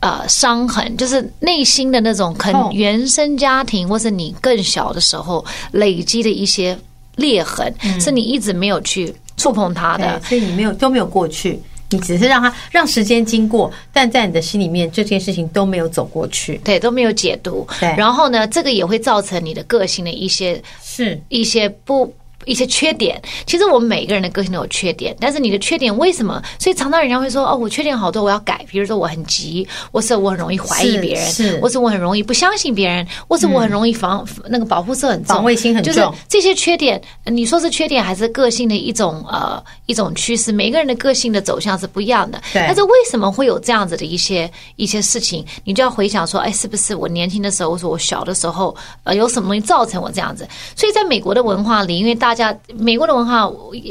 Speaker 2: 呃，伤痕就是内心的那种，可能
Speaker 1: 痛
Speaker 2: 原生家庭或是你更小的时候累积的一些裂痕，是你一直没有去触碰它的
Speaker 1: 嗯对，。所以你没有都没有过去，你只是让他让时间经过，但在你的心里面，这件事情都没有走过去。
Speaker 2: 对，都没有解读。
Speaker 1: 对
Speaker 2: 然后呢，这个也会造成你的个性的一些
Speaker 1: 是
Speaker 2: 一些不。一些缺点，其实我们每个人的个性都有缺点，但是你的缺点为什么？所以常常人家会说哦，我缺点好多，我要改。比如说我很急，或是我很容易怀疑
Speaker 1: 是
Speaker 2: 别人，
Speaker 1: 是
Speaker 2: 或是我很容易不相信别人，或是我很容易防、那个保护色很重，
Speaker 1: 防卫心很重
Speaker 2: 就是这些缺点，呃你说是缺点还是个性的一种呃一种趋势？每个人的个性的走向是不一样的。
Speaker 1: 对
Speaker 2: 但是为什么会有这样子的一些一些事情？你就要回想说，哎，是不是我年轻的时候，或者我小的时候，呃，有什么东西造成我这样子？所以在美国的文化里，因为大家美国的文化，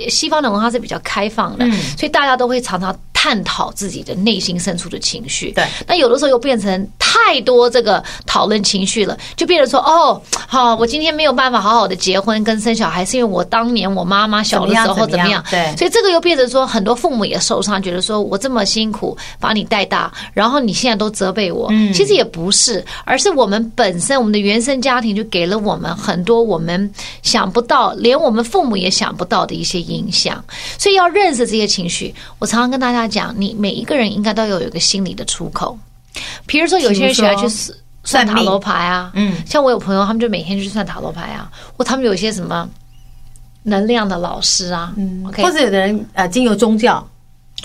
Speaker 2: 西方的文化是比较开放的，所以大家都会常常。探讨自己的内心深处的情绪。
Speaker 1: 对
Speaker 2: 那有的时候又变成太多这个讨论情绪了，就变成说哦，好、我今天没有办法好好的结婚跟生小孩，是因为我当年我妈妈小的时候
Speaker 1: 怎
Speaker 2: 怎
Speaker 1: 么样
Speaker 2: 么样？
Speaker 1: 怎么样对
Speaker 2: 所以这个又变成说，很多父母也受伤，觉得说我这么辛苦把你带大，然后你现在都责备我，
Speaker 1: 嗯
Speaker 2: 其实也不是，而是我们本身我们的原生家庭就给了我们很多我们想不到，连我们父母也想不到的一些影响。所以要认识这些情绪，我常常跟大家讲，你每一个人应该都要有一个心理的出口。比如说，有些人喜欢
Speaker 1: 比
Speaker 2: 去
Speaker 1: 如
Speaker 2: 算算塔
Speaker 1: 命
Speaker 2: 罗牌啊，
Speaker 1: 嗯，
Speaker 2: 像我有朋友，他们就每天去算塔罗牌啊，或他们有一些什么能量的老师啊，嗯，OK，
Speaker 1: 或者有的人呃，经由宗教，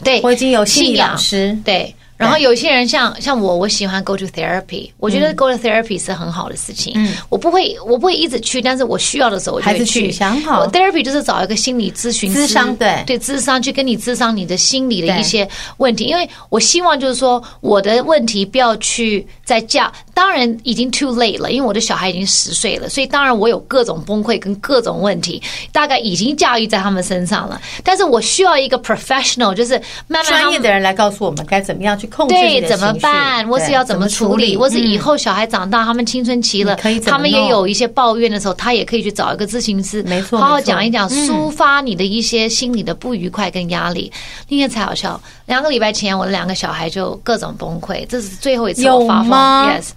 Speaker 2: 对，
Speaker 1: 或者经由心理
Speaker 2: 信仰
Speaker 1: 老师，
Speaker 2: 对。然后有些人像像我，我喜欢 go to therapy，我
Speaker 1: 嗯
Speaker 2: 觉得 go to therapy 是很好的事情。嗯，我不会我不会一直去，但是我需要的时候我就
Speaker 1: 还是
Speaker 2: 会
Speaker 1: 去
Speaker 2: 去。
Speaker 1: 想好
Speaker 2: 我 therapy 就是找一个心理咨询师
Speaker 1: 咨商对
Speaker 2: 对咨商去跟你咨商你的心理的
Speaker 1: 对
Speaker 2: 一些问题，因为我希望就是说我的问题不要去再嫁，当然已经 too late 了，因为我的小孩已经十岁了，所以当然我有各种崩溃跟各种问题，大概已经驾驭在他们身上了。但是我需要一个 professional，就是慢慢他们
Speaker 1: 专业的人来告诉我们该怎么样去控制你
Speaker 2: 对，
Speaker 1: 的
Speaker 2: 怎么
Speaker 1: 情绪
Speaker 2: 办？我是
Speaker 1: 对
Speaker 2: 要怎么处理？我是以
Speaker 1: 嗯
Speaker 2: 后小孩长大，他们青春期了
Speaker 1: 你可以，怎么
Speaker 2: 他们
Speaker 1: 弄
Speaker 2: 也有一些抱怨的时候，他也可以去找一个咨询师，
Speaker 1: 没错
Speaker 2: 好好
Speaker 1: 没错嗯
Speaker 2: 讲一讲，抒发你的一些心里的不愉快跟压力。那天才好笑，两个礼拜前我的两个小孩就各种崩溃，这是最后一次我发
Speaker 1: 有吗
Speaker 2: 疯。Yes。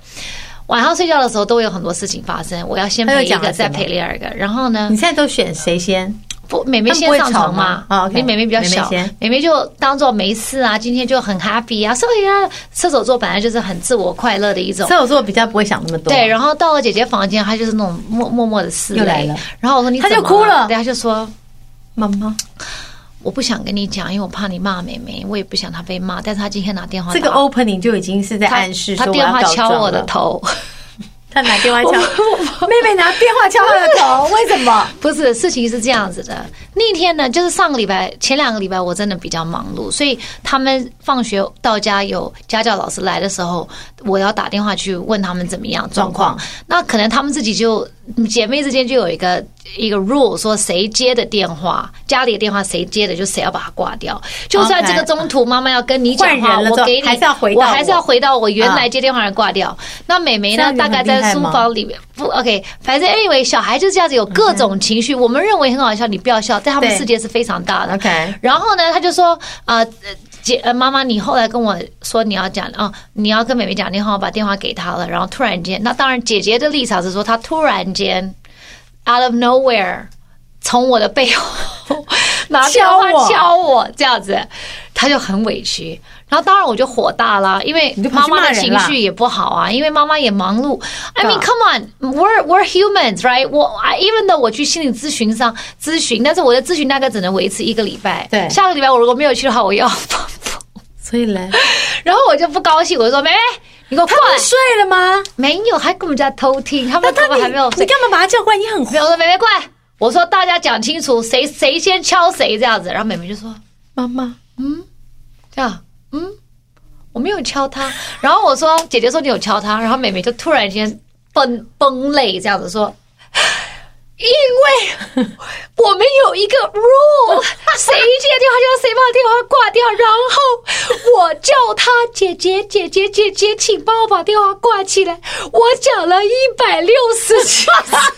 Speaker 2: 晚上睡觉的时候都会有很多事情发生，我要先
Speaker 1: 他又
Speaker 2: 陪一
Speaker 1: 讲了
Speaker 2: 个，再
Speaker 1: 什么
Speaker 2: 陪另外一个，然后呢？
Speaker 1: 嗯你现在都选谁先？
Speaker 2: 不，妹妹先上床嘛，
Speaker 1: 他们不会吵吗哦，OK
Speaker 2: 因为妹妹比较小，
Speaker 1: 妹妹
Speaker 2: 妹
Speaker 1: 先
Speaker 2: 妹就当做没事啊，今天就很 happy 啊，所以啊，射手座本来就是很自我快乐的一种。
Speaker 1: 射手座比较不会想那么多，
Speaker 2: 对，然后到了姐姐房间，她就是那种默默默的撕
Speaker 1: 又来
Speaker 2: 泪
Speaker 1: 了。
Speaker 2: 然后我说你
Speaker 1: 她就
Speaker 2: 怎么
Speaker 1: 哭了
Speaker 2: 对，她就说
Speaker 1: 妈妈，
Speaker 2: 我不想跟你讲，因为我怕你骂妹妹，我也不想她被骂。但是她今天拿电话
Speaker 1: 这个
Speaker 2: 打
Speaker 1: opening 就已经是在
Speaker 2: 她
Speaker 1: 暗示
Speaker 2: 她
Speaker 1: 说我
Speaker 2: 电
Speaker 1: 要
Speaker 2: 话
Speaker 1: 告
Speaker 2: 敲
Speaker 1: 状
Speaker 2: 我的
Speaker 1: 了，
Speaker 2: 头。
Speaker 1: 他拿电话敲，妹妹拿电话敲他的
Speaker 2: *laughs*
Speaker 1: 头，为什么？
Speaker 2: 不是，事情是这样子的。那天呢，就是上个礼拜、前两个礼拜，我真的比较忙碌，所以他们放学到家有家教老师来的时候，我要打电话去问他们怎么样状况
Speaker 1: 状况。
Speaker 2: 那可能他们自己就嗯姐妹之间就有一个一个 rule，说谁接的电话，家里的电话谁接的，就谁要把它挂掉。就算
Speaker 1: OK
Speaker 2: 这个中途妈妈要跟你讲话，
Speaker 1: 换人了
Speaker 2: 我
Speaker 1: 之后
Speaker 2: 给你，
Speaker 1: 还是要回到
Speaker 2: 我还是要
Speaker 1: 我
Speaker 2: 回到我原来接电话人挂掉。那美眉
Speaker 1: 这
Speaker 2: 呢
Speaker 1: 样，
Speaker 2: 大
Speaker 1: 人
Speaker 2: 概
Speaker 1: 很厉害
Speaker 2: 在书
Speaker 1: 吗
Speaker 2: 房里面不 OK，反正 anyway，小孩就是这样子，有各种情绪。我们认为很好笑，你不要笑，在他们
Speaker 1: 对
Speaker 2: 世界是非常大的。
Speaker 1: OK
Speaker 2: 然后呢，他就说啊。呃姐，呃，妈妈，你后来跟我说你要讲哦，你要跟妹妹讲，你好好把电话给她了。然后突然间，那当然，姐姐的立场是说，她突然间 out of nowhere 从我的背后拿电
Speaker 1: 敲
Speaker 2: 话
Speaker 1: 我
Speaker 2: 敲我，这样子，她就很委屈。然后当然我就火大啦，因为
Speaker 1: 你就跑
Speaker 2: 妈
Speaker 1: 去
Speaker 2: 妈
Speaker 1: 骂
Speaker 2: 的
Speaker 1: 人
Speaker 2: 情
Speaker 1: 啦
Speaker 2: 绪也不好啊，因为妈妈也忙碌。I
Speaker 1: 对
Speaker 2: mean,
Speaker 1: 啊
Speaker 2: come on, we're we're humans, right? 我 I even though 我去心理咨询上咨询，但是我的咨询大概只能维持一个礼拜。
Speaker 1: 对
Speaker 2: 下个礼拜我如果没有去的话，我又要放风。
Speaker 1: 所以嘞，
Speaker 2: 然后我就不高兴，我就说：“妹妹，你给我过
Speaker 1: 他
Speaker 2: 来
Speaker 1: 们！”睡了吗？
Speaker 2: 没有，还跟我们家偷听，他
Speaker 1: 那
Speaker 2: 们
Speaker 1: 他
Speaker 2: 根本还没有
Speaker 1: 你
Speaker 2: 睡
Speaker 1: 你。干嘛把他叫过来？你很
Speaker 2: 没有，我说妹妹过来，我说大家讲清楚，谁谁先敲谁这样子。然后妹妹就说
Speaker 1: 妈妈，：“
Speaker 2: 这样，嗯，我没有敲他。”然后我说：“姐姐说你有敲他。”然后妹妹就突然间崩崩泪这样子说。因为我们有一个 rule，谁接电话就要谁把电话挂掉，然后我叫他姐姐姐姐姐姐，请帮我把电话挂起来。我讲了一百六十次，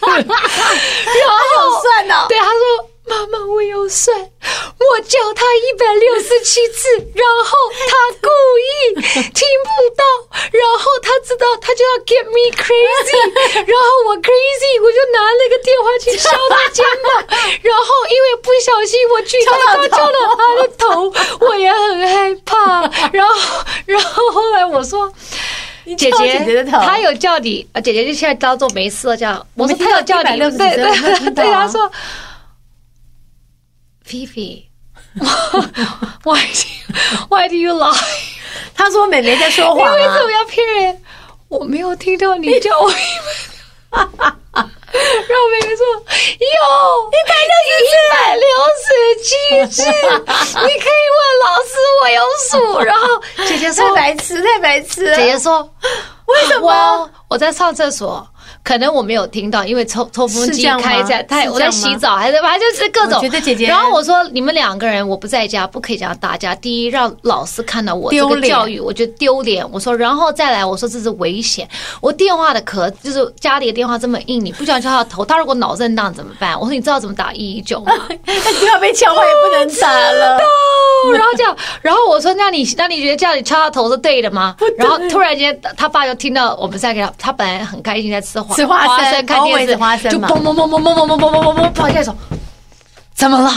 Speaker 2: 然后
Speaker 1: 好算哦
Speaker 2: 对，他说妈妈我有算，我叫他一百六十七次，然后他故意听不到，然后他知道他就要 get me crazy，然后我 crazy 我就拿那个电话去敲他肩膀，然后因为不小心我举高高敲到他的头，我也很害怕，然后然后后来我说。姐
Speaker 1: 敲
Speaker 2: 姐，
Speaker 1: 姐姐的头
Speaker 2: 她有叫你，呃姐姐就现在当做没事了，这样。我说
Speaker 1: 没听
Speaker 2: 她有
Speaker 1: 到
Speaker 2: 叫你，对
Speaker 1: 160
Speaker 2: 对
Speaker 1: 声我没有
Speaker 2: 对
Speaker 1: 听到啊
Speaker 2: 对，她说菲菲 *laughs* ，Why do Why do you lie？
Speaker 1: 他说妹妹在说
Speaker 2: 你
Speaker 1: 谎
Speaker 2: 为
Speaker 1: 啊
Speaker 2: 什。么要骗人？我没有听到你叫我一百，然后妹妹说有一百六十一百六十七只，你可以问老师，我有数。然后姐姐说
Speaker 1: 太白痴，太白痴了！
Speaker 2: 姐姐说：“
Speaker 1: 啊为什么？
Speaker 2: 我我在上厕所，可能我没有听到，因为抽抽风
Speaker 1: 是
Speaker 2: 机
Speaker 1: 这样吗
Speaker 2: 开一下，
Speaker 1: 是
Speaker 2: 太
Speaker 1: 这
Speaker 2: 我在
Speaker 1: 样吗
Speaker 2: 洗澡，还在反正就是各种。
Speaker 1: 我觉得姐姐
Speaker 2: 然后我说你们两个人我不在家，不可以这样打架。第一，让老师看到我这
Speaker 1: 丢
Speaker 2: 个
Speaker 1: 脸
Speaker 2: 教育，我觉得丢脸。我说，然后再来，我说这是危险。我电话的壳就是家里的电话这么硬，你不想敲他的头，他如果脑震荡怎么办？我说你知道怎么打一一九吗？
Speaker 1: 那电话被敲坏也不能打
Speaker 2: *laughs*
Speaker 1: 了。
Speaker 2: 哦
Speaker 1: *laughs*
Speaker 2: 然后这样，然后我说：“那你那你觉得这样你敲他头是对的吗？”然后突然间，他爸就听到我们在给他，他本来很开心在吃花
Speaker 1: 吃花生
Speaker 2: 生看电
Speaker 1: always
Speaker 2: 视，
Speaker 1: 花生
Speaker 2: 就
Speaker 1: 嘛
Speaker 2: 嘣嘣嘣嘣嘣嘣嘣嘣嘣嘣跑下
Speaker 1: *laughs*
Speaker 2: 来说：“怎么了？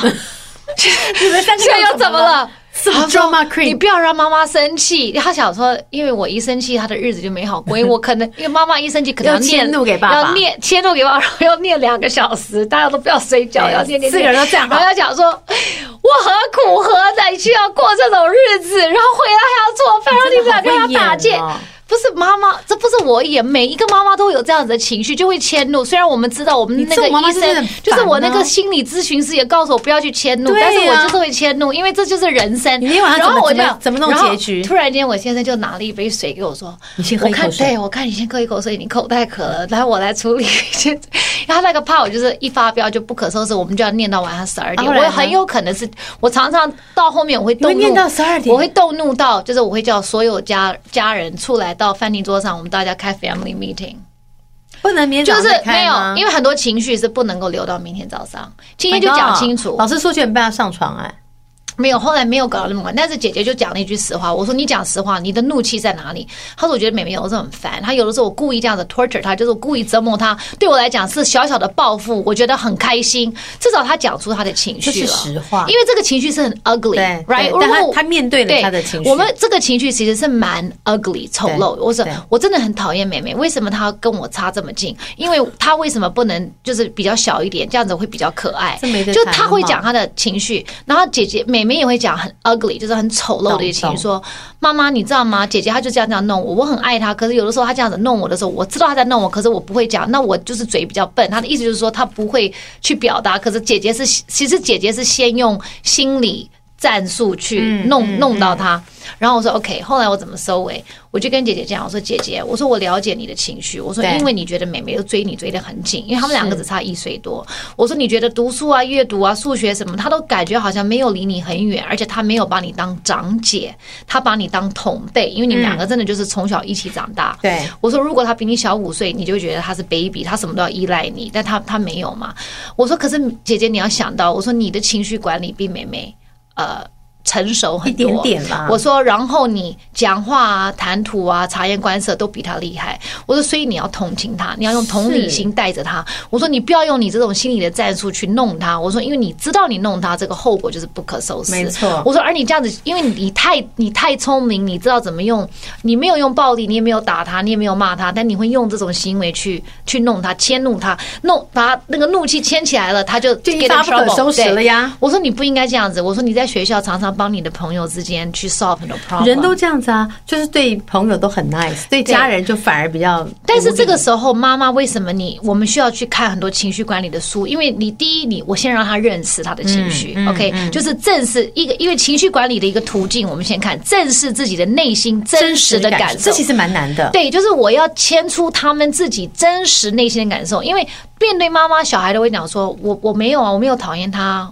Speaker 1: 你们三个
Speaker 2: 现在又怎么了？”
Speaker 1: 是
Speaker 2: 他说
Speaker 1: drama：“ queen
Speaker 2: 你不要让妈妈生气。”他想说，因为我一生气，他的日子就没好过。因为我可能，因为妈妈一生气，可能
Speaker 1: 要
Speaker 2: 念
Speaker 1: 迁怒给爸爸
Speaker 2: 要念迁怒给爸爸，然后要念两个小时，大家都不要睡觉，
Speaker 1: *laughs* 对
Speaker 2: 要念念念。
Speaker 1: 四个人都站好
Speaker 2: 然后要讲说，我何苦何在需要过这种日子，然后回来还要做饭，然后你们两个还要打
Speaker 1: 你真
Speaker 2: 架
Speaker 1: 的好会演哦。
Speaker 2: 不是妈妈，这不是我演，每一个妈妈都有这样子的情绪，就会迁怒。虽然我们知道我们那
Speaker 1: 这
Speaker 2: 个
Speaker 1: 种妈妈
Speaker 2: 医
Speaker 1: 真的
Speaker 2: 生
Speaker 1: 很，
Speaker 2: 就是我那
Speaker 1: 烦
Speaker 2: 个
Speaker 1: 啊
Speaker 2: 心理咨询师也告诉我不要去迁怒，
Speaker 1: 对
Speaker 2: 但是我
Speaker 1: 啊
Speaker 2: 就是会迁怒，因为这就是人生。
Speaker 1: 你今天晚上
Speaker 2: 然
Speaker 1: 怎么
Speaker 2: 后我就
Speaker 1: 怎么怎么弄
Speaker 2: 然后
Speaker 1: 结局
Speaker 2: 突然间，我先生就拿了一杯水给我说：“
Speaker 1: 你先喝一
Speaker 2: 我看
Speaker 1: 口水
Speaker 2: 对我看你先喝一口水，你口袋渴了，然后我来处理。” *laughs* 然后那个怕我就是一发飙就不可收拾，我们就要念到晚上十二
Speaker 1: 啊
Speaker 2: 点。
Speaker 1: 后
Speaker 2: 我
Speaker 1: 来呢
Speaker 2: 也很有可能是我常常到后面我会动怒，
Speaker 1: 你会念到12点
Speaker 2: 我会动怒到就是我会叫所有家家人出来到饭厅桌上，我们大家开 family meeting。
Speaker 1: 不能明天
Speaker 2: 就
Speaker 1: 早
Speaker 2: 是
Speaker 1: 上再
Speaker 2: 没
Speaker 1: 开吗
Speaker 2: 有，因为很多情绪是不能够留到明天早上，今天
Speaker 1: Oh My
Speaker 2: 就讲
Speaker 1: God，
Speaker 2: 清楚。
Speaker 1: 老师说九点半要上床哎，
Speaker 2: 没有，后来没有搞到那么晚，但是姐姐就讲了一句实话。我说你讲实话，你的怒气在哪里？她说我觉得妹妹有的时候很烦，她有的时候我故意这样子 torture 她，就是我故意折磨她。对我来讲是小小的报复，我觉得很开心，至少她讲出她的情绪了。
Speaker 1: 这是实话
Speaker 2: 因为这个情绪是很 ugly，
Speaker 1: 对
Speaker 2: right？
Speaker 1: 对但她
Speaker 2: 如果
Speaker 1: 她面对了她的情绪
Speaker 2: 我们这个情绪其实是蛮 ugly 丑陋。
Speaker 1: 对
Speaker 2: 我是
Speaker 1: 对
Speaker 2: 我真的很讨厌妹妹，为什么她要跟我差这么近？因为她为什么不能就是比较小一点，这样子会比较可爱
Speaker 1: 这没？得
Speaker 2: 就
Speaker 1: 谈
Speaker 2: 她会
Speaker 1: 哈
Speaker 2: 讲她的情绪，然后姐姐妹妹也会讲很 ugly，就是很丑陋的一些情绪，
Speaker 1: 懂懂
Speaker 2: 说妈妈你知道吗？姐姐她就这样这样弄我，我很爱她，可是有的时候她这样子弄我的时候，我知道她在弄我，可是我不会讲，那我就是嘴比较笨。她的意思就是说她不会去表达，可是姐姐是其实姐姐是先用心理。战术去
Speaker 1: 嗯
Speaker 2: 弄、弄到她。然后我说 OK，后来我怎么收尾？我就跟姐姐讲，我说姐姐，我说我了解你的情绪，我说
Speaker 1: 对
Speaker 2: 因为你觉得妹妹又追你追得很紧，因为他们两个只差一岁多，我说你觉得读书啊、阅读啊、数学什么，她都感觉好像没有离你很远，而且她没有把你当长姐，她把你当同辈，因为你们两个真的就是从小一起长大。
Speaker 1: 对
Speaker 2: 我说如果她比你小五岁，你就会觉得她是 baby，她什么都要依赖你，但她她没有嘛。我说可是姐姐你要想到，我说你的情绪管理比妹妹呃。成熟很多，
Speaker 1: 一点点吧
Speaker 2: 我说，然后你讲话啊、谈吐啊、察言观色都比他厉害。我说，所以你要同情他，你要用同理心带着他。我说，你不要用你这种心理的战术去弄他。我说，因为你知道你弄他这个后果就是不可收拾。
Speaker 1: 没错
Speaker 2: 我说，而你这样子，因为你太你太聪明，你知道怎么用，你没有用暴力，你也没有打他，你也没有骂他，但你会用这种行为去去弄他，迁怒他，弄把他那个怒气牵起来了，他就
Speaker 1: 就一
Speaker 2: get in
Speaker 1: 发不可
Speaker 2: trouble，
Speaker 1: 收拾
Speaker 2: 对
Speaker 1: 了呀
Speaker 2: 我说你不应该这样子。我说你在学校常常帮你的朋友之间去 solve 很多 problem。
Speaker 1: 人都这样子啊，就是对朋友都很 nice，对家人就反而比较。
Speaker 2: 但是这个时候，妈妈为什么你我们需要去看很多情绪管理的书？因为你第一，你我先让他认识他的情绪、o
Speaker 1: 嗯
Speaker 2: k 就是正视一个，因为情绪管理的一个途径，我们先看正视自己的内心真实的感受
Speaker 1: 这。其实蛮难的。
Speaker 2: 对，就是我要牵出他们自己真实内心的感受，因为面对妈妈，小孩都会讲说：“我我没有啊，我没有讨厌他。”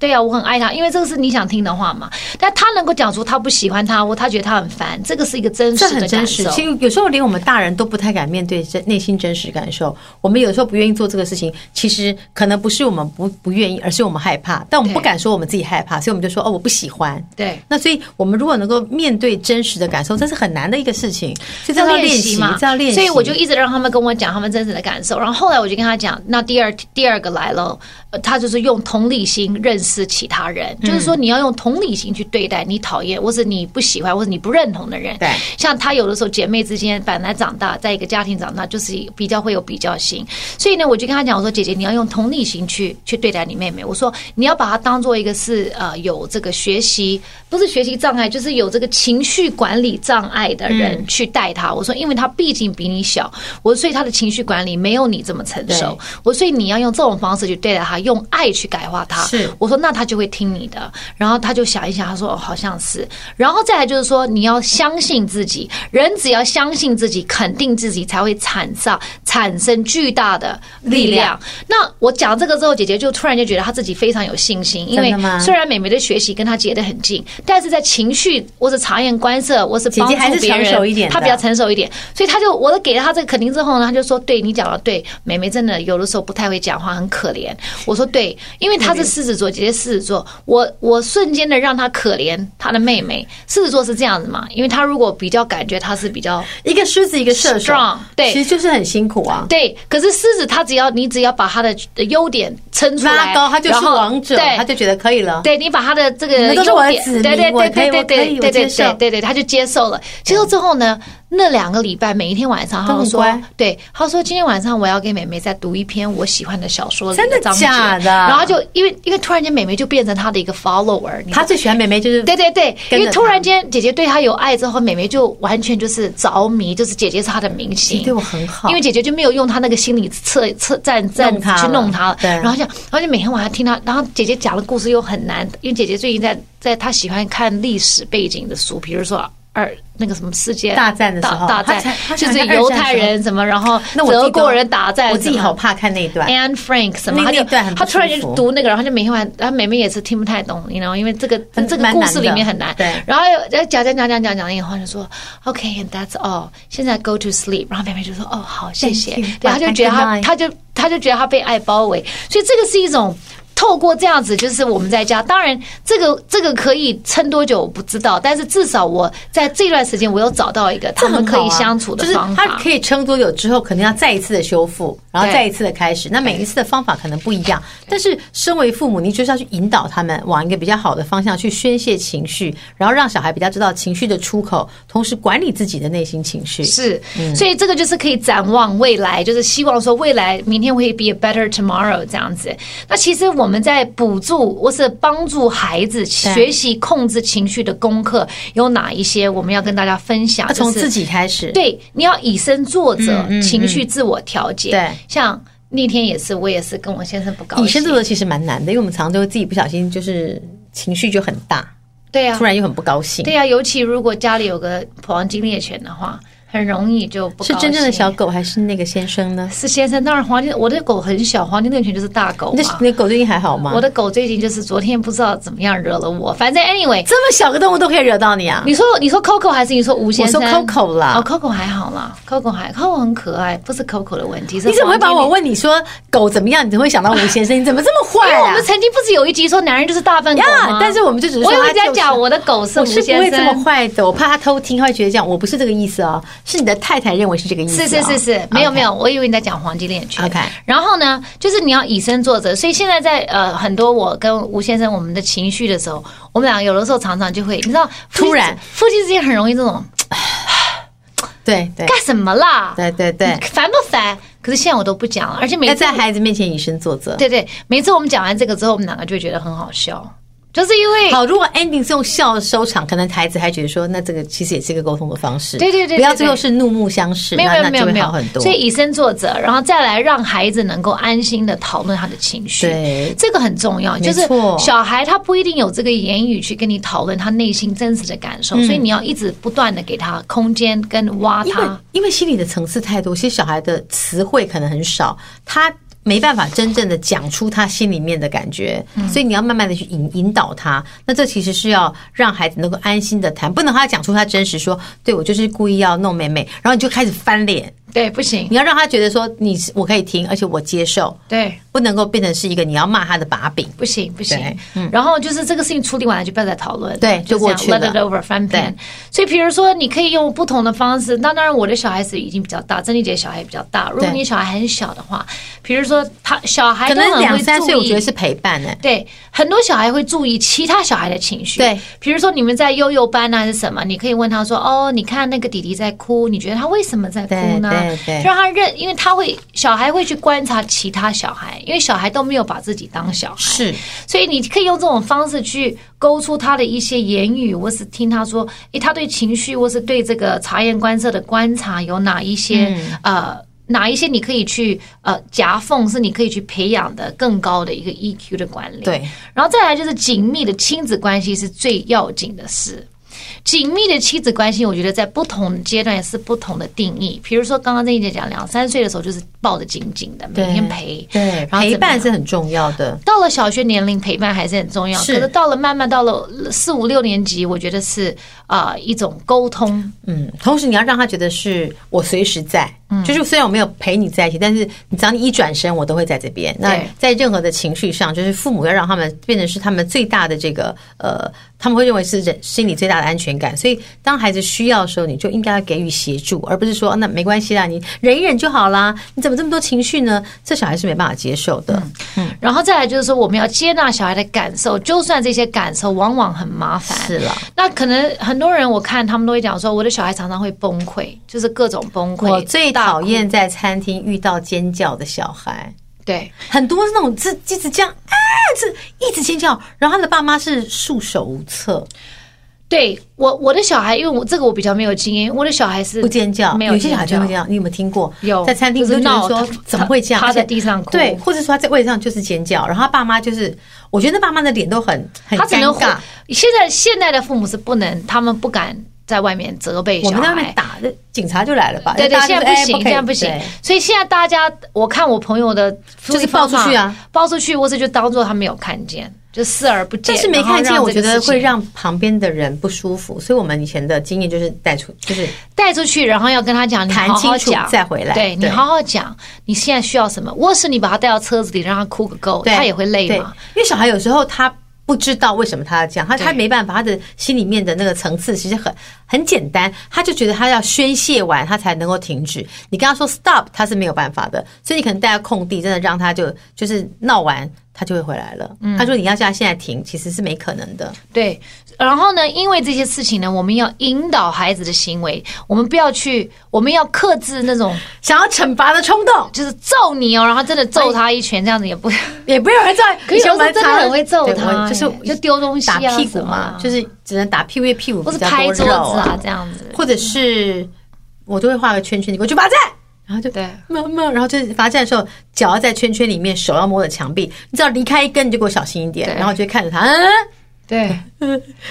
Speaker 2: 对啊，我很爱他，因为这个是你想听的话嘛。但他能够讲出他不喜欢他，或他觉得他很烦，这个是一个真
Speaker 1: 这
Speaker 2: 实
Speaker 1: 很
Speaker 2: 的
Speaker 1: 真
Speaker 2: 感
Speaker 1: 实
Speaker 2: 受。，
Speaker 1: 其实有时候连我们大人都不太敢面对真内心真实感受。我们有时候不愿意做这个事情，其实可能不是我们不不愿意，而是我们害怕。但我们
Speaker 2: 对
Speaker 1: 不敢说我们自己害怕，所以我们就说哦，我不喜欢。
Speaker 2: 对。
Speaker 1: 那所以，我们如果能够面对真实的感受，这是很难的一个事情，所以这要练习，
Speaker 2: 嘛，
Speaker 1: 这要练习。
Speaker 2: 所以我就一直让他们跟我讲他们真实的感受。然后后来我就跟他讲，那第二第二个来了，呃他就是用同理心认识其他人，
Speaker 1: 嗯
Speaker 2: 就是说你要用同理心去对待你讨厌或者你不喜欢或者你不认同的人。
Speaker 1: 对
Speaker 2: 像她有的时候姐妹之间本来长大在一个家庭长大，就是比较会有比较心。所以呢，我就跟她讲，我说姐姐，你要用同理心去去对待你妹妹。我说你要把她当做一个是呃有这个学习不是学习障碍，就是有这个情绪管理障碍的人去带她。我说，因为她毕竟比你小，我说所以她的情绪管理没有你这么成熟
Speaker 1: 对。
Speaker 2: 我说所以你要用这种方式去对待她，用爱去感化她。
Speaker 1: 是
Speaker 2: 我说那他就会听你的。然后他就想一想，他说哦，好像是。然后再来就是说，你要相信自己，人只要相信自己，肯定自己，才会产生产生巨大的力
Speaker 1: 力
Speaker 2: 量
Speaker 1: 量。
Speaker 2: 那我讲这个之后，姐姐就突然就觉得她自己非常有信心，因为
Speaker 1: 真的吗
Speaker 2: 虽然美美的学习跟她结得很近，但是在情绪或者察言观色，或是帮
Speaker 1: 姐姐还
Speaker 2: 助
Speaker 1: 是
Speaker 2: 别人，
Speaker 1: 成熟一点的
Speaker 2: 她比较成熟一点，所以她就我给了她这个肯定之后呢，她就说：“对你讲的对，美美真的有的时候不太会讲话，很可怜。”我说：“对，因为她是狮子座，姐姐狮子座，我我瞬间的让她可怜她的妹妹。狮子座是这样子嘛？因为她如果比较感觉她是比较
Speaker 1: 一个狮子一个射手
Speaker 2: Strong，对
Speaker 1: 其实就是很辛苦啊。
Speaker 2: 对，可是狮子它只要你只要把它的优点撑出来，
Speaker 1: 拉高，他就是
Speaker 2: 然后
Speaker 1: 王者，
Speaker 2: 对，
Speaker 1: 他就觉得可以了。
Speaker 2: 对你把他的这个
Speaker 1: 你们都是
Speaker 2: 优
Speaker 1: 我的
Speaker 2: 点
Speaker 1: 子民
Speaker 2: 对对
Speaker 1: 我
Speaker 2: 对
Speaker 1: 可以
Speaker 2: 对对
Speaker 1: 我可以
Speaker 2: 对
Speaker 1: 我
Speaker 2: 对对
Speaker 1: 接受
Speaker 2: 对对对，他就接受了。接受之后呢，那两个礼拜每一天晚上，他
Speaker 1: 都
Speaker 2: 就
Speaker 1: 很
Speaker 2: 说
Speaker 1: 乖，
Speaker 2: 对，他说今天晚上我要给美美再读一篇我喜欢的小说里
Speaker 1: 真的
Speaker 2: 章节，
Speaker 1: 假的
Speaker 2: 然后就因为因为突然间美美就变成他的一个 follower，你知道
Speaker 1: 他最喜欢妹妹就是
Speaker 2: 对对对，
Speaker 1: 跟着
Speaker 2: 因为
Speaker 1: 他
Speaker 2: 突然间姐姐对他有爱之后，妹妹就完全就是着迷，就是姐姐是他的明星，
Speaker 1: 对我很好
Speaker 2: 因为姐姐就没有用她那个心理测测战战
Speaker 1: 弄她
Speaker 2: 去
Speaker 1: 了
Speaker 2: 弄他了，
Speaker 1: 对
Speaker 2: 然后就而且每天晚上听她，然后姐姐讲的故事又很难，因为姐姐最近在在她喜欢看历史背景的书，比如说。二那个什么世界
Speaker 1: 大战的时候
Speaker 2: 大大
Speaker 1: 她才
Speaker 2: 战
Speaker 1: 她
Speaker 2: 就
Speaker 1: 想
Speaker 2: 是
Speaker 1: 看二战的时候
Speaker 2: 犹太人什么，然后
Speaker 1: 那我自己
Speaker 2: 德
Speaker 1: 都
Speaker 2: 国人打战什
Speaker 1: 我
Speaker 2: 么，
Speaker 1: 自己好怕看那一段。
Speaker 2: Anne Frank 什么，
Speaker 1: 那
Speaker 2: 他就
Speaker 1: 那段很不
Speaker 2: 他突然就
Speaker 1: 舒服
Speaker 2: 读那个，然后就每天晚，然后妹妹也是听不太懂，你知道，因为这个
Speaker 1: 很
Speaker 2: 这个
Speaker 1: 蛮
Speaker 2: 故
Speaker 1: 难
Speaker 2: 事里面很难
Speaker 1: 的对。
Speaker 2: 然后然后讲讲讲讲讲讲以后就说 OK，and that's all，现在 go to sleep。然后妹妹就说哦好，谢谢
Speaker 1: Thank you，。
Speaker 2: 对，他就觉得
Speaker 1: bye,
Speaker 2: 他
Speaker 1: good night
Speaker 2: 他就他就觉得他被爱包围，所以这个是一种。透过这样子，就是我们在家，当然这个这个可以撑多久我不知道，但是至少我在这段时间，我有找到一个他
Speaker 1: 这
Speaker 2: 们
Speaker 1: 很
Speaker 2: 可
Speaker 1: 好
Speaker 2: 以
Speaker 1: 啊
Speaker 2: 相处的
Speaker 1: 就是
Speaker 2: 方法。
Speaker 1: 他可以撑多久之后，可能要再一次的修复，然后
Speaker 2: 对
Speaker 1: 再一次的开始。那每一次的方法可能不一样，但是身为父母，你就是要去引导他们往一个比较好的方向去宣泄情绪，然后让小孩比较知道情绪的出口，同时管理自己的内心情绪。
Speaker 2: 是，
Speaker 1: 嗯
Speaker 2: 所以这个就是可以展望未来，就是希望说未来明天会 be a better tomorrow 这样子。那其实我们在补助或是帮助孩子学习控制情绪的功课有哪一些？我们要跟大家分享，
Speaker 1: 要
Speaker 2: 就
Speaker 1: 啊从
Speaker 2: 是
Speaker 1: 自己开始。
Speaker 2: 对，你要以身作则，
Speaker 1: 嗯嗯
Speaker 2: 情绪自我调节。
Speaker 1: 对
Speaker 2: 像那天也是，我也是跟我先生不高兴，
Speaker 1: 以身作则其实蛮难的，因为我们常常都会自己不小心就是情绪就很大，
Speaker 2: 对啊
Speaker 1: 突，然又很不高兴。
Speaker 2: 对啊，尤其如果家里有个普王经猎犬的话，很容易就不
Speaker 1: 是
Speaker 2: 高
Speaker 1: 真正的
Speaker 2: 兴
Speaker 1: 小狗还是那个先生呢？
Speaker 2: 是啊先生，当然黄金，我的狗很小，黄金猎犬就是大狗
Speaker 1: 那
Speaker 2: 嘛。
Speaker 1: 那狗最近还好吗？
Speaker 2: 我的狗最近就是昨天不知道怎么样惹了我，反正 anyway，
Speaker 1: 这么小个动物都可以惹到你啊！
Speaker 2: 你说你说 Coco 还是你说吴
Speaker 1: 我
Speaker 2: 先
Speaker 1: 说
Speaker 2: 生
Speaker 1: Coco 啦，
Speaker 2: 哦，Coco 还好啦，Coco 还 Coco 很可爱，不是 Coco 的问题。是
Speaker 1: 你怎么会
Speaker 2: 黄金
Speaker 1: 把
Speaker 2: 猎
Speaker 1: 我？问你说狗怎么样，你怎么会想到吴先
Speaker 2: *laughs*
Speaker 1: 生？你怎么这么坏
Speaker 2: 因为我
Speaker 1: 啊
Speaker 2: 们？曾经不是有一集说男人就是大笨狗吗
Speaker 1: 呀，？但是我们就只是
Speaker 2: 我
Speaker 1: 说
Speaker 2: 有
Speaker 1: 他
Speaker 2: 在
Speaker 1: 就是
Speaker 2: 讲我的狗是
Speaker 1: 我
Speaker 2: 吴
Speaker 1: 是不
Speaker 2: 先
Speaker 1: 会这么
Speaker 2: 生。
Speaker 1: 坏的，我怕他偷听，他会觉得这样。我不是这个意思哦，是你的太太认为是这个意思、
Speaker 2: 是
Speaker 1: 哦。
Speaker 2: 是是是，没有没
Speaker 1: 有。
Speaker 2: 有，我以为你在讲黄金猎犬。
Speaker 1: OK
Speaker 2: 然后呢，就是你要以身作则，所以现在在呃很多我跟吴先生我们的情绪的时候，我们俩有的时候常常就会，你知道，夫妻
Speaker 1: 突然
Speaker 2: 夫妻之间很容易这种
Speaker 1: 对对
Speaker 2: 干什么啦，
Speaker 1: 对对对，
Speaker 2: 烦不烦？可是现在我都不讲了，而且每
Speaker 1: 要
Speaker 2: 次
Speaker 1: 在孩子面前以身作则。
Speaker 2: 对对，每次我们讲完这个之后，我们两个就会觉得很好笑，就是因为
Speaker 1: 好，如果 ending 是用笑收场，可能孩子还觉得说，那这个其实也是一个沟通的方式。
Speaker 2: 对对对对
Speaker 1: 不要最后是怒目相视，
Speaker 2: 没有
Speaker 1: 那
Speaker 2: 没有
Speaker 1: 那就
Speaker 2: 没有
Speaker 1: 会
Speaker 2: 没
Speaker 1: 好
Speaker 2: 有
Speaker 1: 很，多。
Speaker 2: 所以以身作则，然后再来让孩子能够安心的讨论他的情绪，
Speaker 1: 对
Speaker 2: 这个很重要。就
Speaker 1: 没
Speaker 2: 是
Speaker 1: 错
Speaker 2: 小孩他不一定有这个言语去跟你讨论他内心真实的感
Speaker 1: 嗯
Speaker 2: 受，所以你要一直不断的给他空间跟挖
Speaker 1: 因为
Speaker 2: 他。
Speaker 1: 因为心理的层次太多，其实小孩的词汇可能很少，他没办法真正的讲出他心里面的感觉，
Speaker 2: 嗯
Speaker 1: 所以你要慢慢的去引引导他。那这其实是要让孩子能够安心的谈，不能他讲出他真实说，对我就是故意要弄妹妹，然后你就开始翻脸，
Speaker 2: 对，不行，
Speaker 1: 你要让他觉得说你是我可以听，而且我接受，
Speaker 2: 对。
Speaker 1: 不能够变成是一个你要骂他的把柄。
Speaker 2: 不行不行
Speaker 1: 对。嗯
Speaker 2: 然后就是这个事情处理完了就不要再讨论，
Speaker 1: 对就
Speaker 2: 就
Speaker 1: 过去
Speaker 2: 了。
Speaker 1: 了
Speaker 2: Let it over 翻篇。所以比如说，你可以用不同的方式。那当然，我的小孩子已经比较大，珍妮姐小孩比较大。如果
Speaker 1: 对
Speaker 2: 你小孩很小的话，比如说他小孩
Speaker 1: 可
Speaker 2: 哎都很
Speaker 1: 能
Speaker 2: 会
Speaker 1: 两三岁，
Speaker 2: 注
Speaker 1: 我
Speaker 2: 意
Speaker 1: 觉得是陪伴呢、
Speaker 2: 对，很多小孩会注意其他小孩的情绪。
Speaker 1: 对，
Speaker 2: 比如说你们在悠悠班啊还是什么，你可以问他说：“哦，你看那个弟弟在哭，你觉得他为什么在哭呢？”
Speaker 1: 对对对
Speaker 2: 就让他认，因为他会小孩会去观察其他小孩，因为小孩都没有把自己当小孩，
Speaker 1: 是
Speaker 2: 所以你可以用这种方式去勾出他的一些言语，或是听他说，
Speaker 1: 嗯
Speaker 2: 诶，他对情绪或是对这个察言观色的观察有哪一些、呃。哪一些你可以去呃夹缝，是你可以去培养的更高的一个 EQ 的管理。
Speaker 1: 对，
Speaker 2: 然后再来就是紧密的亲子关系是最要紧的事。紧密的亲子关系，我觉得在不同阶段也是不同的定义。比如说，刚刚这一姐讲，两三岁的时候就是抱得紧紧的，每
Speaker 1: 对
Speaker 2: 天陪，
Speaker 1: 对，
Speaker 2: 然后
Speaker 1: 陪
Speaker 2: 怎么样
Speaker 1: 伴是很重要的。
Speaker 2: 到了小学年龄，陪伴还是很重要。
Speaker 1: 是
Speaker 2: 可是到了慢慢到了四五六年级，我觉得是啊、呃一种沟通。
Speaker 1: 嗯，同时你要让他觉得是我随时在，就是虽然我没有陪你在一起，但是你只要你一转身，我都会在这边。那
Speaker 2: 对
Speaker 1: 在任何的情绪上，就是父母要让他们变成是他们最大的这个呃，他们会认为是人心里最大的安全感。所以当孩子需要的时候，你就应该要给予协助，而不是说啊那没关系啦，你忍一忍就好啦。你怎么这么多情绪呢？这小孩是没办法接受的。
Speaker 2: 然后再来就是说，我们要接纳小孩的感受，就算这些感受往往很麻烦。
Speaker 1: 是啦，
Speaker 2: 那可能很多人我看他们都会讲说，我的小孩常常会崩溃，就是各种崩溃。
Speaker 1: 我最
Speaker 2: 大
Speaker 1: 讨厌在餐厅遇到尖叫的小孩。
Speaker 2: 对
Speaker 1: 很多是那种是一直这样啊，是一直尖叫，然后他的爸妈是束手无策，
Speaker 2: 对，我我的小孩，因为我这个我比较没有经验，我的小孩是
Speaker 1: 不尖叫。
Speaker 2: 没有
Speaker 1: 有些小孩就会这
Speaker 2: 尖叫
Speaker 1: 样，你有没有听过？
Speaker 2: 有
Speaker 1: 在餐厅
Speaker 2: 就是
Speaker 1: 都觉得
Speaker 2: 闹
Speaker 1: 说怎么会这样？
Speaker 2: 趴
Speaker 1: 而且
Speaker 2: 在地上哭
Speaker 1: 对，或者说他在位置上就是尖叫，然后他爸妈就是，我觉得那爸妈的脸都很很
Speaker 2: 他只
Speaker 1: 尴
Speaker 2: 能
Speaker 1: 尬。
Speaker 2: 回现在现在的父母是不能，他们不敢在外面责备
Speaker 1: 我
Speaker 2: 小孩。
Speaker 1: 们在外面打，警察就来了吧？
Speaker 2: 对对
Speaker 1: 大，
Speaker 2: 现
Speaker 1: 家就
Speaker 2: 在
Speaker 1: 是
Speaker 2: 不
Speaker 1: 哎可以
Speaker 2: 行，现在不行
Speaker 1: 对。
Speaker 2: 所以现在大家，我看我朋友的处
Speaker 1: 就是
Speaker 2: 理
Speaker 1: 报
Speaker 2: 方
Speaker 1: 出
Speaker 2: 法，
Speaker 1: 去啊，
Speaker 2: 报出去，或是就当做他没有看见，就视而不见。
Speaker 1: 但是没看
Speaker 2: 然
Speaker 1: 见，
Speaker 2: 后
Speaker 1: 我
Speaker 2: 让这
Speaker 1: 觉得
Speaker 2: 个事情
Speaker 1: 会让旁边的人不舒服，所以我们以前的经验就是带出，就是
Speaker 2: 带出去，然后要跟他讲，你
Speaker 1: 谈
Speaker 2: 好好
Speaker 1: 清楚
Speaker 2: 讲，
Speaker 1: 再回来
Speaker 2: 对你
Speaker 1: 对
Speaker 2: 好好讲，你现在需要什么？卧室你把他带到车子里，让他哭个够，
Speaker 1: 对
Speaker 2: 他也会累
Speaker 1: 对
Speaker 2: 嘛。，
Speaker 1: 因为小孩有时候他不知道为什么他要这样，他
Speaker 2: 对
Speaker 1: 他没办法，他的心里面的那个层次其实很很简单，他就觉得他要宣泄完，他才能够停止。你跟他说 stop，他是没有办法的，所以你可能带到空地，真的让他就就是闹完。他就会回来了。他说：“你要叫他现在停，其实是没可能的。
Speaker 2: 对，然后呢，因为这些事情呢，我们要引导孩子的行为，我们不要去，我们要克制那种
Speaker 1: 想要惩罚的冲动，
Speaker 2: 就是揍你哦，然后真的揍他一拳，这样子也不。 *laughs*
Speaker 1: 也不有人在。
Speaker 2: 可是有时候真的很会揍
Speaker 1: 对
Speaker 2: 他
Speaker 1: 我
Speaker 2: 欸，
Speaker 1: 就是
Speaker 2: 就丢东西
Speaker 1: 打
Speaker 2: 啊
Speaker 1: 屁股
Speaker 2: 什么
Speaker 1: 嘛
Speaker 2: 啊，
Speaker 1: 就是只能打屁股，因为屁股比
Speaker 2: 或是
Speaker 1: 较
Speaker 2: 拍
Speaker 1: 多
Speaker 2: 桌
Speaker 1: 肉
Speaker 2: 子啊这样子。
Speaker 1: 或者是我都会画个圈圈，你给我去罚站，然后就
Speaker 2: 对
Speaker 1: 妈妈，然后就是罚站的时候，脚要在圈圈里面，手要摸着墙壁，你只要离开一根，你就给我小心一点，
Speaker 2: 对
Speaker 1: 然后就看着他，嗯，
Speaker 2: 对，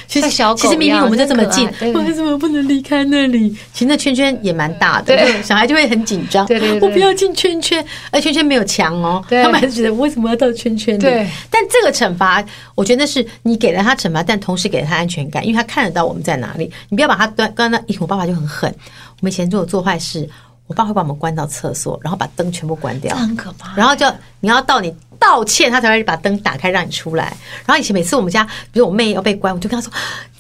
Speaker 1: 其实
Speaker 2: 像小狗
Speaker 1: 其实明
Speaker 2: 一
Speaker 1: 明
Speaker 2: 样
Speaker 1: 我们就这么近
Speaker 2: 真可爱，对
Speaker 1: 我为什么不能离开那里？其实那圈圈也蛮大的，
Speaker 2: 对
Speaker 1: 就 *laughs* 小孩就会很紧张，
Speaker 2: 对对对
Speaker 1: 我不要进圈圈，而圈圈没有墙哦，
Speaker 2: 对
Speaker 1: 他们还是觉得为什么要到圈圈里？
Speaker 2: 对，
Speaker 1: 但这个惩罚，我觉得是你给了他惩罚，但同时给了他安全感，因为他看得到我们在哪里。你不要把他端关到，因为我爸爸就很狠，我们以前如果做坏事，我爸会把我们关到厕所，然后把灯全部关掉
Speaker 2: 这。很可怕。
Speaker 1: 然后就你要到你道歉，他才会把灯打开让你出来。然后以前每次我们家，比如我妹要被关，我就跟她说：“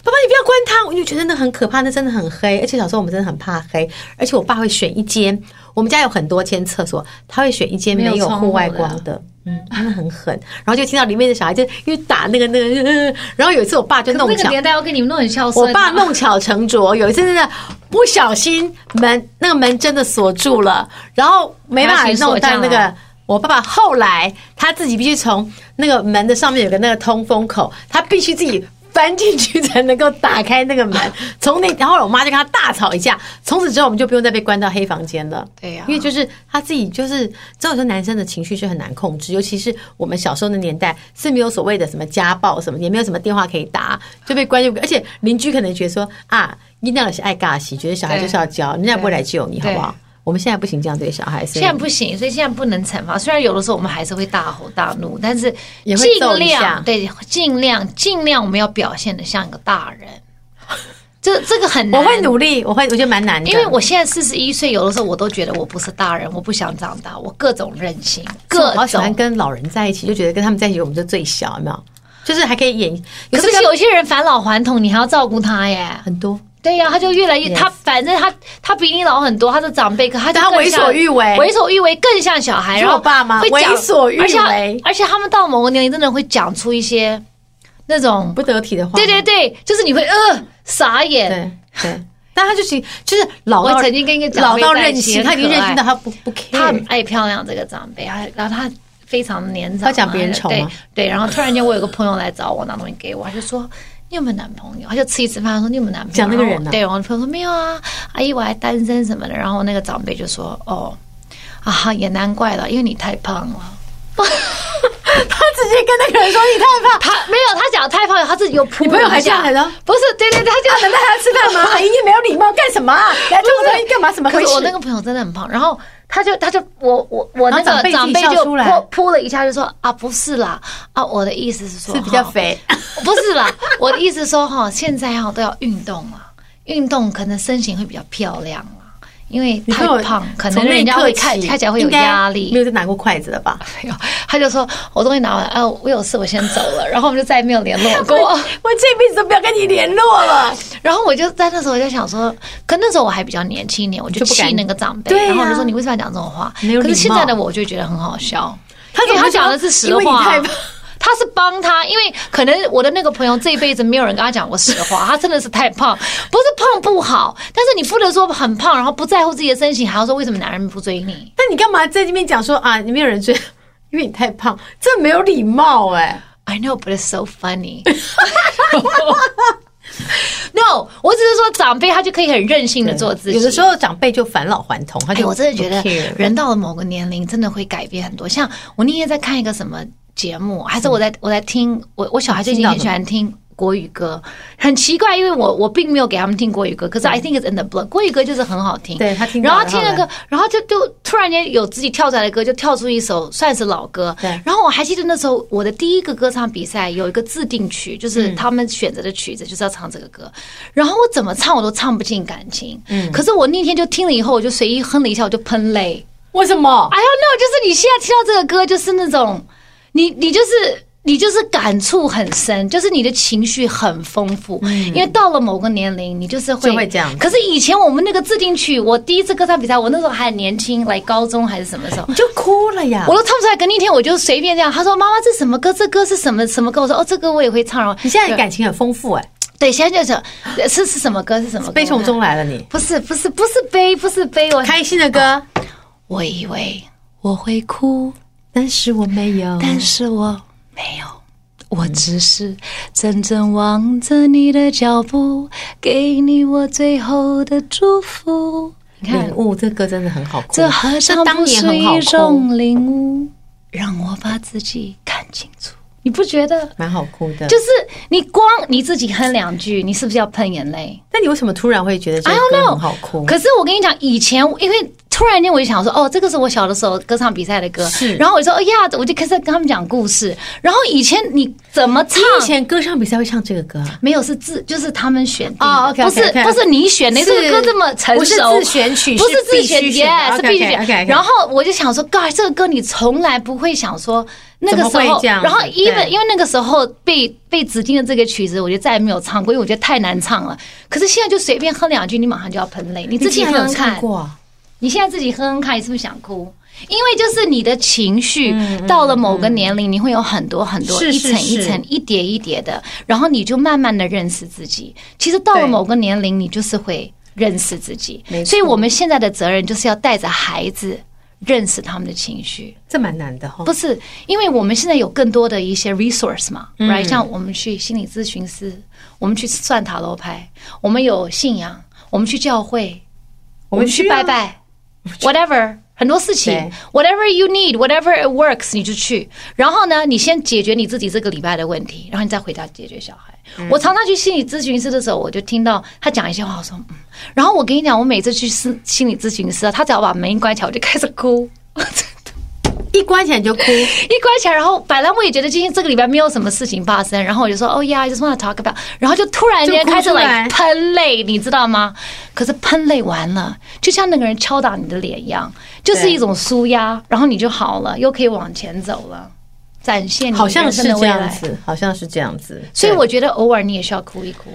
Speaker 1: 爸爸，你不要关她，因为觉得那很可怕，那真的很黑。而且小时候我们真的很怕黑，而且我爸会选一间，我们家有很多间厕所，他会选一间没有户外光的。”嗯，真的很狠，然后就听到里面的小孩就因为打那个那个，呃然后有一次我爸就
Speaker 2: 那
Speaker 1: 弄
Speaker 2: 个
Speaker 1: 巧，
Speaker 2: 年代，我跟你们都很孝顺啊。
Speaker 1: 我爸弄巧成拙，有一次真的不小心门那个门真的锁住了，然后没办法弄到那
Speaker 2: 还要请锁匠
Speaker 1: 个
Speaker 2: 啊。
Speaker 1: 我爸爸后来他自己必须从那个门的上面有个那个通风口，他必须自己翻进去才能够打开那个门。从那，然后我妈就跟他大吵一架。从此之后，我们就不用再被关到黑房间了。
Speaker 2: 对呀
Speaker 1: 因为就是他自己就是，知道说男生的情绪是很难控制，尤其是我们小时候的年代是没有所谓的什么家暴什么，也没有什么电话可以打，就被关进屋，而且邻居可能觉得说啊，你那是爱尬戏，觉得小孩就是要教，人家不会来救你，好
Speaker 2: 对
Speaker 1: 不好？我们现在不行这样对小孩，所以
Speaker 2: 现在不行，所以现在不能惩罚。虽然有的时候我们还是会大吼大怒，但是
Speaker 1: 也会揍
Speaker 2: 尽
Speaker 1: 一下
Speaker 2: 量对，尽量尽量我们要表现的像一个大人。 *laughs* 这这个很难，
Speaker 1: 我会努力，我会我觉得蛮难的，
Speaker 2: 因为我现在四十一岁，有的时候我都觉得我不是大人，我不想长大，我各种任性，各
Speaker 1: 我好喜欢
Speaker 2: 种。
Speaker 1: 跟老人在一起，就觉得跟他们在一起我们就最小，有没有？就是还可以演，
Speaker 2: 可
Speaker 1: 有
Speaker 2: 是
Speaker 1: 时候
Speaker 2: 有些人返老还童，你还要照顾他耶。
Speaker 1: 很多。
Speaker 2: 对呀、他就越来越
Speaker 1: Yes
Speaker 2: 他反正他他比你老很多，他是长辈，可他就
Speaker 1: 但他
Speaker 2: 更像
Speaker 1: 为所欲为
Speaker 2: 为所欲为更像小孩。
Speaker 1: 是我
Speaker 2: 然后
Speaker 1: 爸妈
Speaker 2: 会讲
Speaker 1: 为所欲为
Speaker 2: 而且他而且他们到某个年龄，真的会讲出一些那种，
Speaker 1: 不得体的话，
Speaker 2: 对对对，就是你会呃傻眼。
Speaker 1: 对对， *laughs* 但他就是就是老到
Speaker 2: 我曾经跟一个长
Speaker 1: 老
Speaker 2: 辈
Speaker 1: 到
Speaker 2: 在一
Speaker 1: 任
Speaker 2: 起
Speaker 1: 性，
Speaker 2: 很
Speaker 1: 他已经
Speaker 2: 可
Speaker 1: 任性
Speaker 2: 爱
Speaker 1: 到他不不 care，
Speaker 2: 他很爱漂亮这个长辈，还然后他非常年长嘛，
Speaker 1: 他讲别人丑吗
Speaker 2: 对对。然后突然间，我有个朋友来找我拿东西给我，他就说。你有没有男朋友？他就吃一次饭，他说你有没有男朋友？
Speaker 1: 讲那个人
Speaker 2: 然后
Speaker 1: 啊
Speaker 2: 对，然后我朋友说没有啊，阿姨我还单身什么的。然后那个长辈就说哦，啊，也难怪了，因为你太胖
Speaker 1: *laughs*
Speaker 2: 了。
Speaker 1: 他直接跟那个人说你太胖，
Speaker 2: 他没有，他讲太胖了，他自己有扑
Speaker 1: 你朋友还这样来的
Speaker 2: 不是，对对对，他
Speaker 1: 他
Speaker 2: 就
Speaker 1: 难道还要吃饭
Speaker 2: *laughs*
Speaker 1: 吗？阿姨，你没有礼貌，干什么啊？来这么东西干嘛？什么
Speaker 2: 可
Speaker 1: 回
Speaker 2: 是
Speaker 1: 事？
Speaker 2: 我那个朋友真的很胖，然后他就他就我我我那
Speaker 1: 然后
Speaker 2: 个
Speaker 1: 长
Speaker 2: 长
Speaker 1: 辈
Speaker 2: 辈
Speaker 1: 自己笑
Speaker 2: 就
Speaker 1: 出
Speaker 2: 扑
Speaker 1: 来
Speaker 2: 扑了一下，就说啊不是啦，啊我的意思是说
Speaker 1: 是比较
Speaker 2: 哈
Speaker 1: 肥，
Speaker 2: 不是啦， *laughs* 我的意思说哈，现在哈都要运动啊，运动可能身形会比较漂亮啊，因为
Speaker 1: 你
Speaker 2: 太
Speaker 1: 看我
Speaker 2: 胖，可能
Speaker 1: 从那一
Speaker 2: 人家
Speaker 1: 刻
Speaker 2: 会看
Speaker 1: 起
Speaker 2: 看起来会有
Speaker 1: 应该
Speaker 2: 压
Speaker 1: 没
Speaker 2: 力。
Speaker 1: 有再拿过筷子了吧？
Speaker 2: 没有 *laughs* 他就说我东西拿完，啊，我有事我先走了，然后我们就再也没有联络
Speaker 1: 我
Speaker 2: 过。
Speaker 1: 我这辈子都不要跟你联络了。
Speaker 2: 然后我就在那时候我就想说，可那时候我还比较年轻一点，我就
Speaker 1: 就不敢
Speaker 2: 气那个长辈，
Speaker 1: 对啊
Speaker 2: 然后我就说你为什么要讲这种话？
Speaker 1: 没有礼貌
Speaker 2: 可是现在的我就觉得很好笑，
Speaker 1: 他
Speaker 2: 因
Speaker 1: 怎
Speaker 2: 为
Speaker 1: 么
Speaker 2: 他
Speaker 1: 会说
Speaker 2: 讲的是实
Speaker 1: 因为你
Speaker 2: 话
Speaker 1: 太胖。
Speaker 2: 他是帮他，因为可能我的那个朋友这一辈子没有人跟他讲过实话，他真的是太胖，不是胖不好，但是你不能说很胖，然后不在乎自己的身形，还要说为什么男人不追你？
Speaker 1: 那你干嘛在这边讲说啊？你没有人追，因为你太胖，这没有礼貌哎、
Speaker 2: I know, but it's so
Speaker 1: *laughs*
Speaker 2: funny. no，我只是说长辈他就可以很任性的做自己。
Speaker 1: 有的时候长辈就返老还童，他
Speaker 2: 哎，
Speaker 1: 就、
Speaker 2: 我真的觉得
Speaker 1: care
Speaker 2: 人到了某个年龄，真的会改变很多。像我那天在看一个什么节目，还是
Speaker 1: 嗯
Speaker 2: 我在我在听，我我小孩最近很喜欢听。国语歌很奇怪，因为我我并没有给他们听国语歌，可是 I think it's in the blood。国语歌就是很好听，
Speaker 1: 对他听到
Speaker 2: 然后
Speaker 1: 了
Speaker 2: 听那
Speaker 1: 然
Speaker 2: 个，然后就就突然间有自己跳出来的歌，就跳出一首算是老歌。
Speaker 1: 对
Speaker 2: 然后我还记得那时候我的第一个歌唱比赛有一个自定曲，就是他们选择的曲子就是要唱这个歌，然后我怎么唱我都唱不进感情。嗯，可是我那天就听了以后，我就随意哼了一下，我就喷泪。
Speaker 1: 为什么？
Speaker 2: I don't know，就是你现在听到这个歌，就是那种你你就是。你就是感触很深，就是你的情绪很丰富，因为到了某个年龄，你就是
Speaker 1: 嗯
Speaker 2: 会
Speaker 1: 就会这样子
Speaker 2: 可是以前我们那个制定曲，我第一次歌唱比赛，我那时候还很年轻，来高中还是什么时候，
Speaker 1: 你就哭了呀
Speaker 2: 我！都唱不出来。隔一天我就随便这样，他说：“妈妈，这什么歌？这歌是什么什么歌？”我说：“哦，这歌我也会唱。”然后
Speaker 1: 你现在感情很丰富哎、
Speaker 2: 对，现在就是呃是是什么歌？是什么歌？
Speaker 1: 悲从中来了你。
Speaker 2: 不是不是不是悲，不是悲，我
Speaker 1: 开心的歌，
Speaker 2: 我以为我会哭。
Speaker 1: 但是我没有。
Speaker 2: 但是我没有，我只是真正望着你的脚步，给你我最后的祝福。你看
Speaker 1: 领，悟这歌真的很好哭，
Speaker 2: 这何尝
Speaker 1: 当
Speaker 2: 不
Speaker 1: 年
Speaker 2: 是
Speaker 1: 很好
Speaker 2: 一
Speaker 1: 哭，
Speaker 2: 种领悟？让我把自己看清楚，你不觉得？
Speaker 1: 蛮好哭的。
Speaker 2: 就是你光你自己哼两句，你是不是要喷眼泪？
Speaker 1: 那你为什么突然会觉得这
Speaker 2: I
Speaker 1: 个
Speaker 2: don't
Speaker 1: 歌
Speaker 2: know，
Speaker 1: 很好哭？
Speaker 2: 可是我跟你讲，以前因为突然间我就想说，哦，这个是我小的时候歌唱比赛的歌，
Speaker 1: 是
Speaker 2: 然后我就说，哎呀，我就开始跟他们讲故事。然后以前你怎么唱？
Speaker 1: 以前歌唱比赛会唱这个歌啊，
Speaker 2: 没有是自，就是他们选定的
Speaker 1: 哦，OK，OK，
Speaker 2: 嗯不是
Speaker 1: OK
Speaker 2: 不是你选的，
Speaker 1: 是
Speaker 2: 这个歌这么成熟，
Speaker 1: 不是自选曲
Speaker 2: 不
Speaker 1: 是
Speaker 2: 是自选
Speaker 1: 必须选的
Speaker 2: ，yeah，是
Speaker 1: OK，OK，
Speaker 2: 必须选。
Speaker 1: OK，OK
Speaker 2: 然后我就想说，God，这个歌你从来不会想说那个时
Speaker 1: 怎么会
Speaker 2: 候，
Speaker 1: 这样子
Speaker 2: 然后 even
Speaker 1: 对
Speaker 2: 因为那个时候被被指定的这个曲子，我就再也没有唱过，因为我觉得太难唱了。可是现在就随便哼两句，你马上就要喷泪，你自己
Speaker 1: 你
Speaker 2: 哼
Speaker 1: 竟然
Speaker 2: 哼
Speaker 1: 有
Speaker 2: 看
Speaker 1: 唱，过啊？
Speaker 2: 你现在自己哼哼看，你是不是想哭？因为就是你的情绪
Speaker 1: 嗯
Speaker 2: 到了某个年龄，你会有很多很多
Speaker 1: 是
Speaker 2: 一
Speaker 1: 是
Speaker 2: 层一
Speaker 1: 是
Speaker 2: 层、一叠一叠的，然后你就慢慢的认识自己。其实到了
Speaker 1: 对
Speaker 2: 某个年龄，你就是会认识自己
Speaker 1: 没。错
Speaker 2: 所以我们现在的责任就是要带着孩子认识他们的情绪。
Speaker 1: 这蛮难的哈
Speaker 2: 不。是，因为我们现在有更多的一些 resource 嘛、r
Speaker 1: 嗯
Speaker 2: i g h t 像我们去心理咨询师，我们去算塔罗牌，我们有信仰，我们去教会，
Speaker 1: 我
Speaker 2: 我
Speaker 1: 们
Speaker 2: 们去
Speaker 1: 需要
Speaker 2: 拜拜，whatever。很多事情
Speaker 1: 对
Speaker 2: ，whatever you need, whatever it works，你就去。然后呢，你先解决你自己这个礼拜的问题，然后你再回家解决小孩。
Speaker 1: 嗯
Speaker 2: 我常常去心理咨询师的时候，我就听到他讲一些话，我说嗯。然后我跟你讲，我每次去心心理咨询师啊，他只要把门一关起来，我就开始哭。
Speaker 1: 一关起来你
Speaker 2: *laughs*
Speaker 1: 就哭，
Speaker 2: 一关起来，然后本来我也觉得今天这个礼拜没有什么事情发生，然后我就说哦呀、i just want to talk about，然后就突然间
Speaker 1: 就哭
Speaker 2: 开始
Speaker 1: 出来
Speaker 2: like 喷泪，你知道吗？可是喷泪完了，就像那个人敲打你的脸一样，就是
Speaker 1: 对
Speaker 2: 一种舒压，然后你就好了，又可以往前走了，展现你
Speaker 1: 好像
Speaker 2: 人
Speaker 1: 是
Speaker 2: 生的
Speaker 1: 这
Speaker 2: 未
Speaker 1: 样
Speaker 2: 来。
Speaker 1: 子，好像是这样子。
Speaker 2: 所以
Speaker 1: 对
Speaker 2: 我觉得偶尔你也需要哭一哭。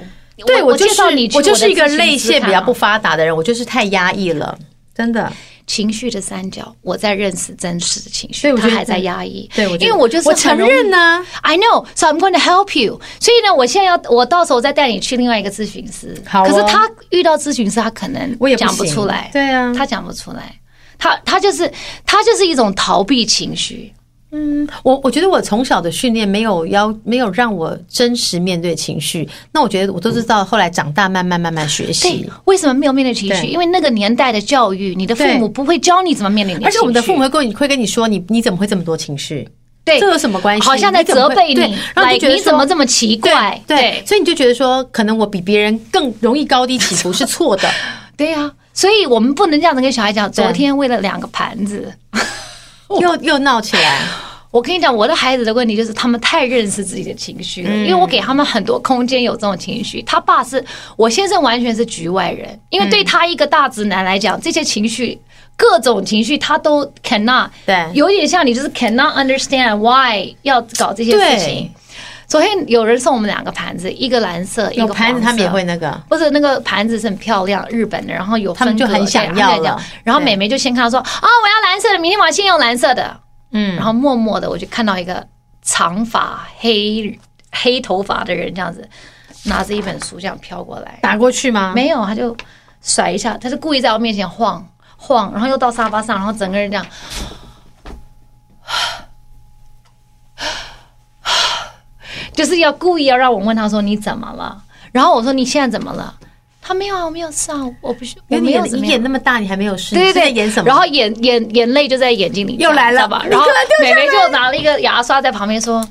Speaker 1: 对
Speaker 2: 我
Speaker 1: 我就是
Speaker 2: 介绍你去
Speaker 1: 我就
Speaker 2: 的
Speaker 1: 是一个
Speaker 2: 咨询
Speaker 1: 泪
Speaker 2: 师
Speaker 1: 腺比
Speaker 2: 看
Speaker 1: 较
Speaker 2: 啊
Speaker 1: 不发达的人，我就是太压抑了，真的。
Speaker 2: 情绪的三角，我在认识真实的情
Speaker 1: 对
Speaker 2: 绪，
Speaker 1: 我
Speaker 2: 他
Speaker 1: 觉得
Speaker 2: 还在压抑。
Speaker 1: 对我觉得
Speaker 2: 因为我就是
Speaker 1: 我承认呢
Speaker 2: 呢。I know, so I'm going to help you。所以呢，我现在要，我到时候再带你去另外一个咨询师。
Speaker 1: 好哦
Speaker 2: 可是他遇到咨询师，他可能
Speaker 1: 我也不
Speaker 2: 讲不
Speaker 1: 行
Speaker 2: 出来。
Speaker 1: 对啊
Speaker 2: 他讲不出来，他他就是他就是一种逃避情绪。
Speaker 1: 嗯，我我觉得我从小的训练没有要没有让我真实面对情绪，那我觉得我都是到后来长大慢慢慢慢学习
Speaker 2: 对。，为什么没有面对情绪？
Speaker 1: 对
Speaker 2: 因为那个年代的教育，你的父
Speaker 1: 对
Speaker 2: 母不会教你怎么面对你的
Speaker 1: 而且我们的
Speaker 2: 情绪
Speaker 1: 父母会跟你会跟你说，你你怎么会这么多情绪？
Speaker 2: 对
Speaker 1: 这有什么关系？
Speaker 2: 好像在
Speaker 1: 你怎么
Speaker 2: 责
Speaker 1: 会
Speaker 2: 备
Speaker 1: 对
Speaker 2: 你，
Speaker 1: 然后你就
Speaker 2: like，
Speaker 1: 觉得
Speaker 2: 你怎么这
Speaker 1: 么
Speaker 2: 么奇怪？
Speaker 1: 对所以你就觉得说，可能我比别人更容易高低起伏是错
Speaker 2: *laughs*
Speaker 1: 的。
Speaker 2: 对呀、所以我们不能这样子跟小孩讲。
Speaker 1: 对
Speaker 2: 昨天为了两个盘子，
Speaker 1: 又又闹起来，
Speaker 2: 我跟你讲，我的孩子的问题就是他们太认识自己的情绪了，
Speaker 1: 嗯
Speaker 2: 因为我给他们很多空间有这种情绪。他爸是我先生，完全是局外人，因为对他一个大直男来讲，这些情绪。各种情绪他都 cannot，
Speaker 1: 对
Speaker 2: 有点像你就是 cannot understand why 要搞这些
Speaker 1: 对
Speaker 2: 事情。昨天有人送我们两个盘子，一个蓝色，一
Speaker 1: 有
Speaker 2: 个
Speaker 1: 盘子
Speaker 2: 黄
Speaker 1: 他们也
Speaker 2: 色
Speaker 1: 会那个。
Speaker 2: 不是那个盘子是很漂亮，日本的，然后有
Speaker 1: 他们
Speaker 2: 分
Speaker 1: 就
Speaker 2: 隔
Speaker 1: 很
Speaker 2: 对
Speaker 1: 想
Speaker 2: 他们很
Speaker 1: 要了
Speaker 2: 想然后美眉就先看到说啊、我要蓝色的，明天我要先用蓝色的。
Speaker 1: 嗯
Speaker 2: 然后默默的我就看到一个长发黑黑头发的人这样子拿着一本书这样飘过来，
Speaker 1: 打过去吗？
Speaker 2: 没有他就甩一下，他就故意在我面前晃晃，然后又到沙发上，然后整个人这样。就是要故意要让我问他说你怎么了，然后我说你现在怎么了？他没有啊，我没有事啊，我不是，我
Speaker 1: 因为你
Speaker 2: 没有
Speaker 1: 演
Speaker 2: 怎么
Speaker 1: 你
Speaker 2: 样
Speaker 1: 演。那么大，你还没有事，
Speaker 2: 对
Speaker 1: 你是
Speaker 2: 对
Speaker 1: 在
Speaker 2: 对，
Speaker 1: 演什么？
Speaker 2: 然后眼眼眼泪就在眼睛里
Speaker 1: 又来了
Speaker 2: 你知道吧？
Speaker 1: 你
Speaker 2: 然后
Speaker 1: 可能
Speaker 2: 美眉就拿了一个牙刷在旁边说：“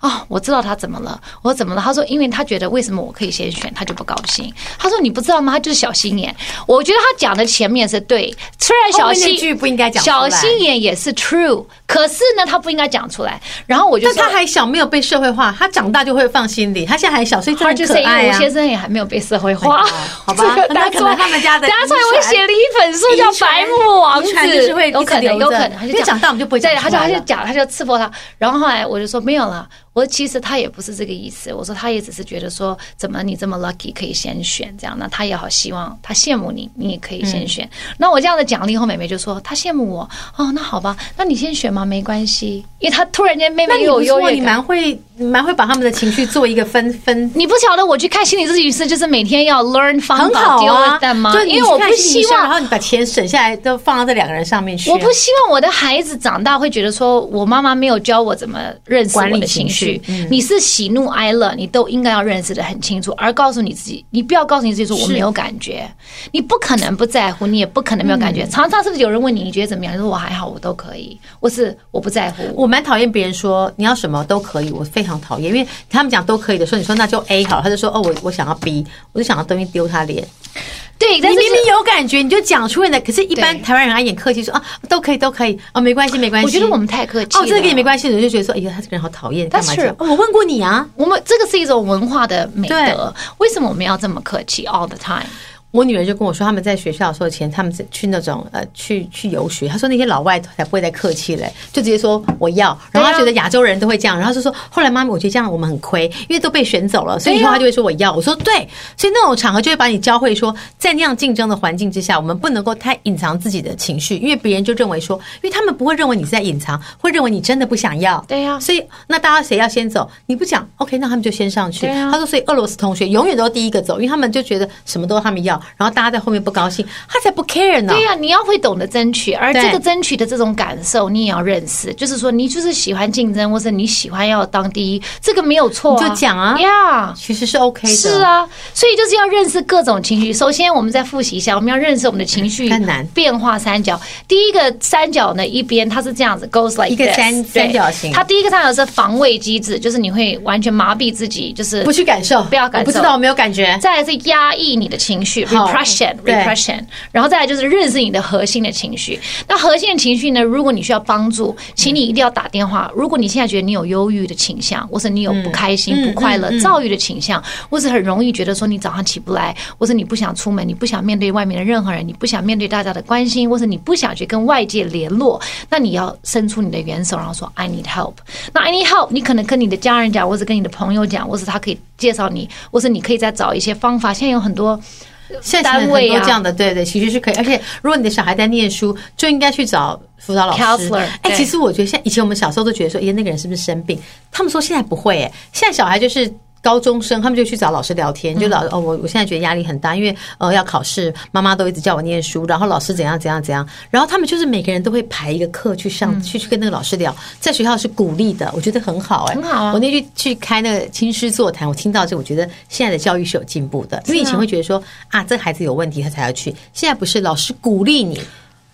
Speaker 2: 哦，我知道他怎么了，我说怎么了？”他说：“因为他觉得为什么我可以先选，他就不高兴。”他说：“你不知道吗？他就是小心眼。”我觉得他讲的前面是对，虽然
Speaker 1: 后
Speaker 2: 小
Speaker 1: 面那
Speaker 2: 心
Speaker 1: 句不应该讲出
Speaker 2: 小
Speaker 1: 来
Speaker 2: 心眼也是 true，可是呢，他不应该讲出来。然后我就
Speaker 1: 但
Speaker 2: 说
Speaker 1: 他还小，没有被社会化，他长大就会放心里。他现在还小，所以这
Speaker 2: 他
Speaker 1: 很
Speaker 2: 就
Speaker 1: 可
Speaker 2: 是因
Speaker 1: 爱
Speaker 2: 为吴
Speaker 1: 啊。
Speaker 2: 先生也还没有被社会啊化，
Speaker 1: *laughs* 好吧
Speaker 2: 这个
Speaker 1: 那
Speaker 2: 大
Speaker 1: 可能啊他们家的
Speaker 2: 家所以
Speaker 1: 遗
Speaker 2: 我
Speaker 1: 传
Speaker 2: 写了一本书叫
Speaker 1: 遗
Speaker 2: 《
Speaker 1: 传
Speaker 2: 白目王子
Speaker 1: 遗传》，就是会一直
Speaker 2: 有可能，
Speaker 1: 留着
Speaker 2: 有可能，他就
Speaker 1: 因为长大我们就不会讲
Speaker 2: 对，他就
Speaker 1: 出来
Speaker 2: 他
Speaker 1: 了
Speaker 2: 就讲，他就刺破他。然后后来我就说没有了，我说其实他也不是这个意思，我说他也只是觉得说怎么你这么 lucky 可以先选这样，那他也好希望他羡慕你，你也可以
Speaker 1: 嗯
Speaker 2: 先选。那我这样的奖励后，美美就说她羡慕我，哦，那好吧，那你先选嘛，没关系，因为她突然间妹
Speaker 1: 那
Speaker 2: 妹
Speaker 1: 你
Speaker 2: 又
Speaker 1: 不
Speaker 2: 有
Speaker 1: 错，
Speaker 2: 优
Speaker 1: 你
Speaker 2: 越感。
Speaker 1: 蛮会，你蛮会把他们的情绪做一个分分。
Speaker 2: 你不晓得我去看心理咨询师，就是每天要 learn 方
Speaker 1: 很
Speaker 2: 法
Speaker 1: 好
Speaker 2: deal
Speaker 1: 啊
Speaker 2: with them 吗？
Speaker 1: 就你
Speaker 2: 因为我
Speaker 1: 去看
Speaker 2: 不
Speaker 1: 心理医
Speaker 2: 希
Speaker 1: 生然
Speaker 2: 望，
Speaker 1: 后你把钱省下来都放到这两个人上面去啊。
Speaker 2: 我不希望我的孩子长大会觉得说我妈妈没有教我怎么认识
Speaker 1: 管理
Speaker 2: 我的情绪
Speaker 1: 情。嗯
Speaker 2: 你是喜怒哀乐，你都应该要认识的很清楚，而告诉你自己，你不要告诉你自己说我没有感觉，你不可能不在乎，你也不可能没有感
Speaker 1: 嗯
Speaker 2: 觉。常常是不是有人问你你觉得怎么样？你说我还好，我都可以，我是我不在乎。
Speaker 1: 我蛮讨厌别人说你要什么都可以，我非常讨厌，因为他们讲都可以的时候，你说那就 A 好了，他就说哦我我想要 B，我就想要东西丢他脸。
Speaker 2: 对，但
Speaker 1: 你
Speaker 2: 是
Speaker 1: 明明有感觉，你就讲出来的。可是，一般
Speaker 2: 对
Speaker 1: 台湾人爱演客气说啊都可以都可以啊没关系没关系。
Speaker 2: 我觉得我们太客气
Speaker 1: 哦这个
Speaker 2: 了
Speaker 1: 跟你没关系，我就觉得说哎呀他这个人好讨厌，干嘛
Speaker 2: That's true
Speaker 1: 讲？哦我问过你啊，
Speaker 2: 我们这个是一种文化的美
Speaker 1: 对
Speaker 2: 德，为什么我们要这么客气 all the time？
Speaker 1: 我女儿就跟我说，他们在学校的时候，以前他们是去那种呃去去游学，她说那些老外才不会再客气嘞，就直接说我要，然后她觉
Speaker 2: 啊
Speaker 1: 得亚洲人都会这样，然后就说后来妈咪，我觉得这样我们很亏，因为都被选走了，所以以后
Speaker 2: 对啊
Speaker 1: 她就会说我要。我说对，所以那种场合就会把你教会说，在那样竞争的环境之下，我们不能够太隐藏自己的情绪，因为别人就认为说，因为他们不会认为你是在隐藏，会认为你真的不想要。
Speaker 2: 对啊
Speaker 1: 所以那大家谁要先走？你不讲，OK，那他们就先上去。
Speaker 2: 对啊
Speaker 1: 他说，所以俄罗斯同学永远都第一个走，因为他们就觉得什么都他们要，然后大家在后面不高兴，他才不 care 呢。
Speaker 2: 对呀、你要会懂得争取，而
Speaker 1: 对
Speaker 2: 这个争取的这种感受，你也要认识。就是说，你就是喜欢竞争，或者你喜欢要当第一，这个没有错、
Speaker 1: 你就讲啊
Speaker 2: 呀、
Speaker 1: 其实是 OK 的。
Speaker 2: 是，啊，所以就是要认识各种情绪。首先，我们再复习一下，我们要认识我们的情绪
Speaker 1: 很难
Speaker 2: 变化三角。第一个三角呢，一边它是这样子，goes like
Speaker 1: 一个
Speaker 2: this，
Speaker 1: 三
Speaker 2: 对
Speaker 1: 三角形
Speaker 2: 它第一个三角是防卫机制，就是你会完全麻痹自己，就是
Speaker 1: 不去感受，
Speaker 2: 不要感
Speaker 1: 我
Speaker 2: 受
Speaker 1: 不知道，我没有感觉。
Speaker 2: 再来是压抑你的情绪
Speaker 1: 好对
Speaker 2: ，repression，repression，然后再来就是认识你的核心的情绪。那核心的情绪呢？如果你需要帮助，请你一定要打电话。如果你现在觉得你有忧郁的倾向，或是你
Speaker 1: 嗯
Speaker 2: 有不开心、不快乐、躁郁的倾向，或是很容易觉得说你早上起不来，或是你不想出门，你不想面对外面的任何人，你不想面对大家的关心，或是你不想去跟外界联络，那你要伸出你的援手，然后说 I need help。那 I need help，你可能跟你的家人讲，或是跟你的朋友讲，或是他可以介绍你，或是你可以再找一些方法。现在有很多。
Speaker 1: 现在其实
Speaker 2: 单
Speaker 1: 很
Speaker 2: 位
Speaker 1: 多
Speaker 2: 啊
Speaker 1: 这样的，对对，其实是可以。而且如果你的小孩在念书，就应该去找辅导老师
Speaker 2: Counselor，。
Speaker 1: 哎，
Speaker 2: 对
Speaker 1: 其实我觉得，像以前我们小时候都觉得说，哎，那个人是不是生病？他们说现在不会，哎，现在小孩就是高中生，他们就去找老师聊
Speaker 2: 嗯
Speaker 1: 天，就老哦，我我现在觉得压力很大，因为呃要考试，妈妈都一直叫我念书，然后老师怎样怎样怎样，然后他们就是每个人都会排一个课去
Speaker 2: 嗯
Speaker 1: 上，去去跟那个老师聊，在学校是鼓励的，我觉得很好哎、
Speaker 2: 很好啊
Speaker 1: 我那去去开那个亲师座谈，我听到这，我觉得现在的教育是有进步的，因为以前会觉得说啊，这孩子有问题他才要去，现在不是，老师鼓励你，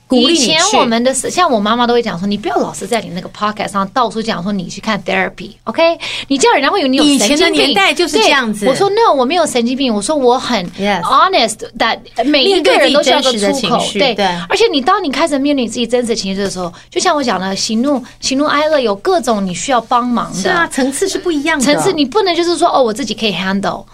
Speaker 1: 鼓励
Speaker 2: 以
Speaker 1: 你去。
Speaker 2: 前我们的是像我妈妈都会讲说，你不要老是在你那个 podcast 上到处讲说你去看 therapy，OK？、你这样人家会以为你有
Speaker 1: 以前
Speaker 2: 神
Speaker 1: 的
Speaker 2: 经病。
Speaker 1: 年代就是
Speaker 2: 对
Speaker 1: 这样子
Speaker 2: 我说 no，我没有神经病，我说我很
Speaker 1: Yes
Speaker 2: honest that 每一个人都需要个
Speaker 1: 面对自己真
Speaker 2: 出
Speaker 1: 实的
Speaker 2: 口
Speaker 1: 情。绪
Speaker 2: 对，
Speaker 1: 对
Speaker 2: 而且你当你开始面对你自己真实情绪的时候，就像我讲的，喜怒、喜怒哀乐有各种你需要帮忙的。
Speaker 1: 是啊，层次是不一样的。
Speaker 2: 层次，你不能就是说哦，我自己可以 handle。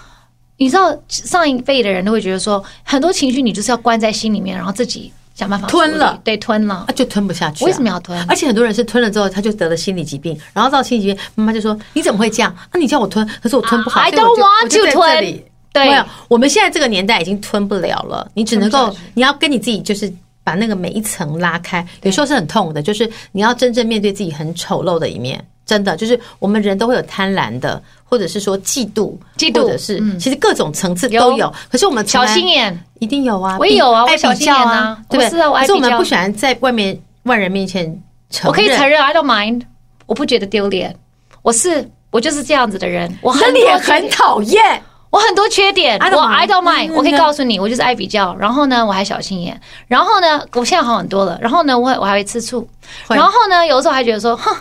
Speaker 2: 你知道上一辈的人都会觉得说，很多情绪你就是要关在心里面，然后自己想办法
Speaker 1: 吞
Speaker 2: 处理
Speaker 1: 了
Speaker 2: 对，吞了
Speaker 1: 啊，。就吞不下去、啊。
Speaker 2: 为什么要吞
Speaker 1: 而且很多人是吞了之后，他就得了心理疾病，然后到心理疾病，妈妈就说：“你怎么会这样？啊，你叫我吞，可是我吞不好。
Speaker 2: I
Speaker 1: 所以我就
Speaker 2: don't want
Speaker 1: 我就在
Speaker 2: to
Speaker 1: 这里
Speaker 2: 吞对
Speaker 1: 没有，我们现在这个年代已经吞不了了，你只能
Speaker 2: 吞
Speaker 1: 够
Speaker 2: 不下去，
Speaker 1: 你要跟你自己就是。把那个每一层拉开，有时候是很痛的，就是你要真正面对自己很丑陋的一面，真的就是我们人都会有贪婪的，或者是说嫉妒，
Speaker 2: 嫉妒嗯
Speaker 1: 或者是、其实各种层次
Speaker 2: 有
Speaker 1: 都有。可是我们从
Speaker 2: 小
Speaker 1: 来
Speaker 2: 心眼，
Speaker 1: 一定有啊，
Speaker 2: 我也有啊
Speaker 1: 比
Speaker 2: 我小
Speaker 1: 爱比
Speaker 2: 心
Speaker 1: 较
Speaker 2: 眼啊
Speaker 1: 啊，对不对？
Speaker 2: 我是啊我爱
Speaker 1: 可是我
Speaker 2: 比
Speaker 1: 们
Speaker 2: 较
Speaker 1: 不喜欢在外面外人面前承认，
Speaker 2: 我可以承认，I don't mind，我不觉得丢脸，我是我就是这样子的人，我很
Speaker 1: 那你
Speaker 2: 多
Speaker 1: 也
Speaker 2: 缺点
Speaker 1: 很讨厌。
Speaker 2: 我很多缺点，
Speaker 1: I don't
Speaker 2: 我
Speaker 1: mind
Speaker 2: I don't mind，
Speaker 1: 嗯
Speaker 2: 我可以
Speaker 1: 嗯
Speaker 2: 告诉你，我就是爱比较。然后呢，我还小心眼。然后呢，我现在好很多了。然后呢，我我还会吃醋。
Speaker 1: 会
Speaker 2: 然后呢，有的时候还觉得说，哼，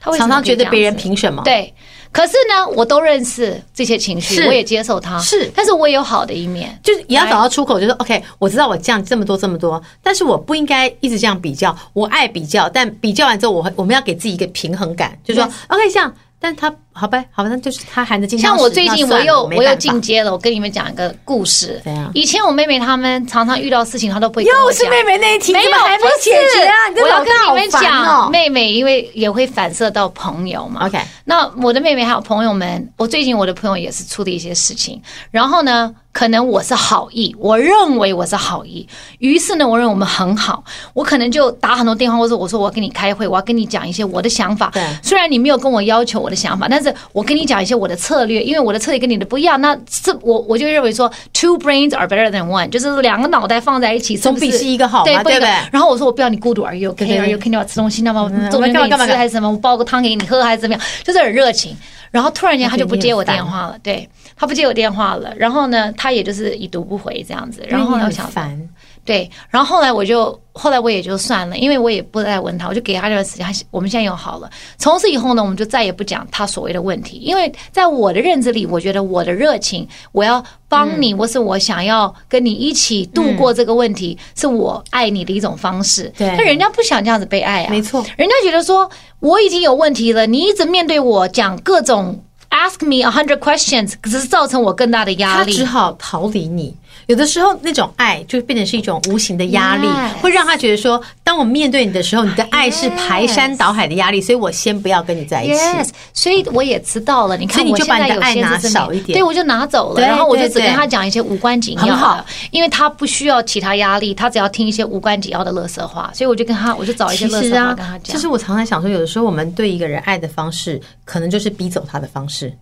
Speaker 2: 他为什
Speaker 1: 常
Speaker 2: 么
Speaker 1: 常
Speaker 2: 可以
Speaker 1: 觉得
Speaker 2: 这样
Speaker 1: 别人
Speaker 2: 子
Speaker 1: 凭什么？，
Speaker 2: 对，可是呢，我都认识这些情绪，
Speaker 1: 是
Speaker 2: 我也接受它，
Speaker 1: 是
Speaker 2: 但是我也有好的一面。
Speaker 1: 就是也要找到出口，就是 OK，我知道我这样这么多这么多，但是我不应该一直这样比较。我爱比较，但比较完之后，我会我们要给自己一个平衡感，就是说
Speaker 2: Yes
Speaker 1: OK，这样，但他好吧，好吧，那就是他含着金汤匙。
Speaker 2: 像我最近
Speaker 1: 那
Speaker 2: 我
Speaker 1: 算了
Speaker 2: 又
Speaker 1: 没
Speaker 2: 我又
Speaker 1: 办法
Speaker 2: 进阶了，我跟你们讲一个故事
Speaker 1: 怎样。
Speaker 2: 以前我妹妹她们常常遇到事情，她都不会跟我
Speaker 1: 又是
Speaker 2: 讲。
Speaker 1: 妹妹那一题，
Speaker 2: 没
Speaker 1: 怎
Speaker 2: 有
Speaker 1: 么，还
Speaker 2: 不
Speaker 1: 没
Speaker 2: 是
Speaker 1: 解决啊！你这
Speaker 2: 我要
Speaker 1: 老
Speaker 2: 跟
Speaker 1: 大
Speaker 2: 你
Speaker 1: 好
Speaker 2: 们
Speaker 1: 烦
Speaker 2: 讲，
Speaker 1: 哦。
Speaker 2: 妹妹因为也会反射到朋友嘛。
Speaker 1: OK，
Speaker 2: 那我的妹妹还有朋友们，我最近我的朋友也是出了一些事情，然后呢，可能我是好意，我认为我是好意，于是呢，我认为我们很好，我可能就打很多电话，或者我说我要跟你开会，我要跟你讲一些我的想法
Speaker 1: 对。
Speaker 2: 虽然你没有跟我要求我的想法，但是我跟你讲一些我的策略，因为我的策略跟你的不一样，那这我我就认为说，two brains are better than one，就是两个脑袋放在一起，
Speaker 1: 总比
Speaker 2: 是不
Speaker 1: 是一个好嘛
Speaker 2: 对
Speaker 1: 对不对
Speaker 2: 然后我说我不要你孤独而又 OK
Speaker 1: 对对
Speaker 2: a
Speaker 1: 对
Speaker 2: you k 你要吃东西，那么
Speaker 1: 嗯
Speaker 2: 中
Speaker 1: 干
Speaker 2: 间给
Speaker 1: 嘛
Speaker 2: 你
Speaker 1: 干嘛
Speaker 2: 吃还是什么，我煲个汤给你喝还是怎么样，就是很热情。然后突然间他就不接我电话了，对他不接我电话了，然后呢，他也就是已读不回这样子。然后
Speaker 1: 因为
Speaker 2: 呢，我
Speaker 1: 你很
Speaker 2: 想
Speaker 1: 烦，
Speaker 2: 对，然后后来我就后来我也就算了，因为我也不再问他，我就给他这段时间。他我们现在又好了，从此以后呢，我们就再也不讲他所谓的问题，因为在我的认知里，我觉得我的热情，我要
Speaker 1: 嗯
Speaker 2: 帮你，或是我想要跟你一起度过这个问题，是我爱你的一种方式。
Speaker 1: 嗯对
Speaker 2: 但人家不想这样子被爱啊，
Speaker 1: 没错
Speaker 2: 人家觉得说我已经有问题了，你一直面对我讲各种 ask me a hundred questions，只是造成我更大的压
Speaker 1: 他
Speaker 2: 力。
Speaker 1: 只好逃离你。有的时候，那种爱就变成是一种无形的压力
Speaker 2: Yes
Speaker 1: 会让他觉得说，当我面对你的时候，你的爱是排山倒海的压力，所以我先不要跟你在一起。
Speaker 2: Yes，所以我也知道了。你
Speaker 1: 所
Speaker 2: 看，
Speaker 1: 以你
Speaker 2: 我
Speaker 1: 就
Speaker 2: 现在
Speaker 1: 把你
Speaker 2: 有
Speaker 1: 的爱
Speaker 2: 些
Speaker 1: 拿
Speaker 2: 是
Speaker 1: 少一点
Speaker 2: 对我就拿走了，
Speaker 1: 对
Speaker 2: 然后我就
Speaker 1: 对
Speaker 2: 只跟
Speaker 1: 对
Speaker 2: 他讲一些无关紧要
Speaker 1: 很好
Speaker 2: 的，因为他不需要其他压力，他只要听一些无关紧要的垃圾话，所以我就跟他，我就找一些
Speaker 1: 其
Speaker 2: 垃圾
Speaker 1: 实
Speaker 2: 话
Speaker 1: 啊
Speaker 2: 跟他，讲。
Speaker 1: 就是我常常想说，有的时候我们对一个人爱的方式，可能就是逼走他的方式。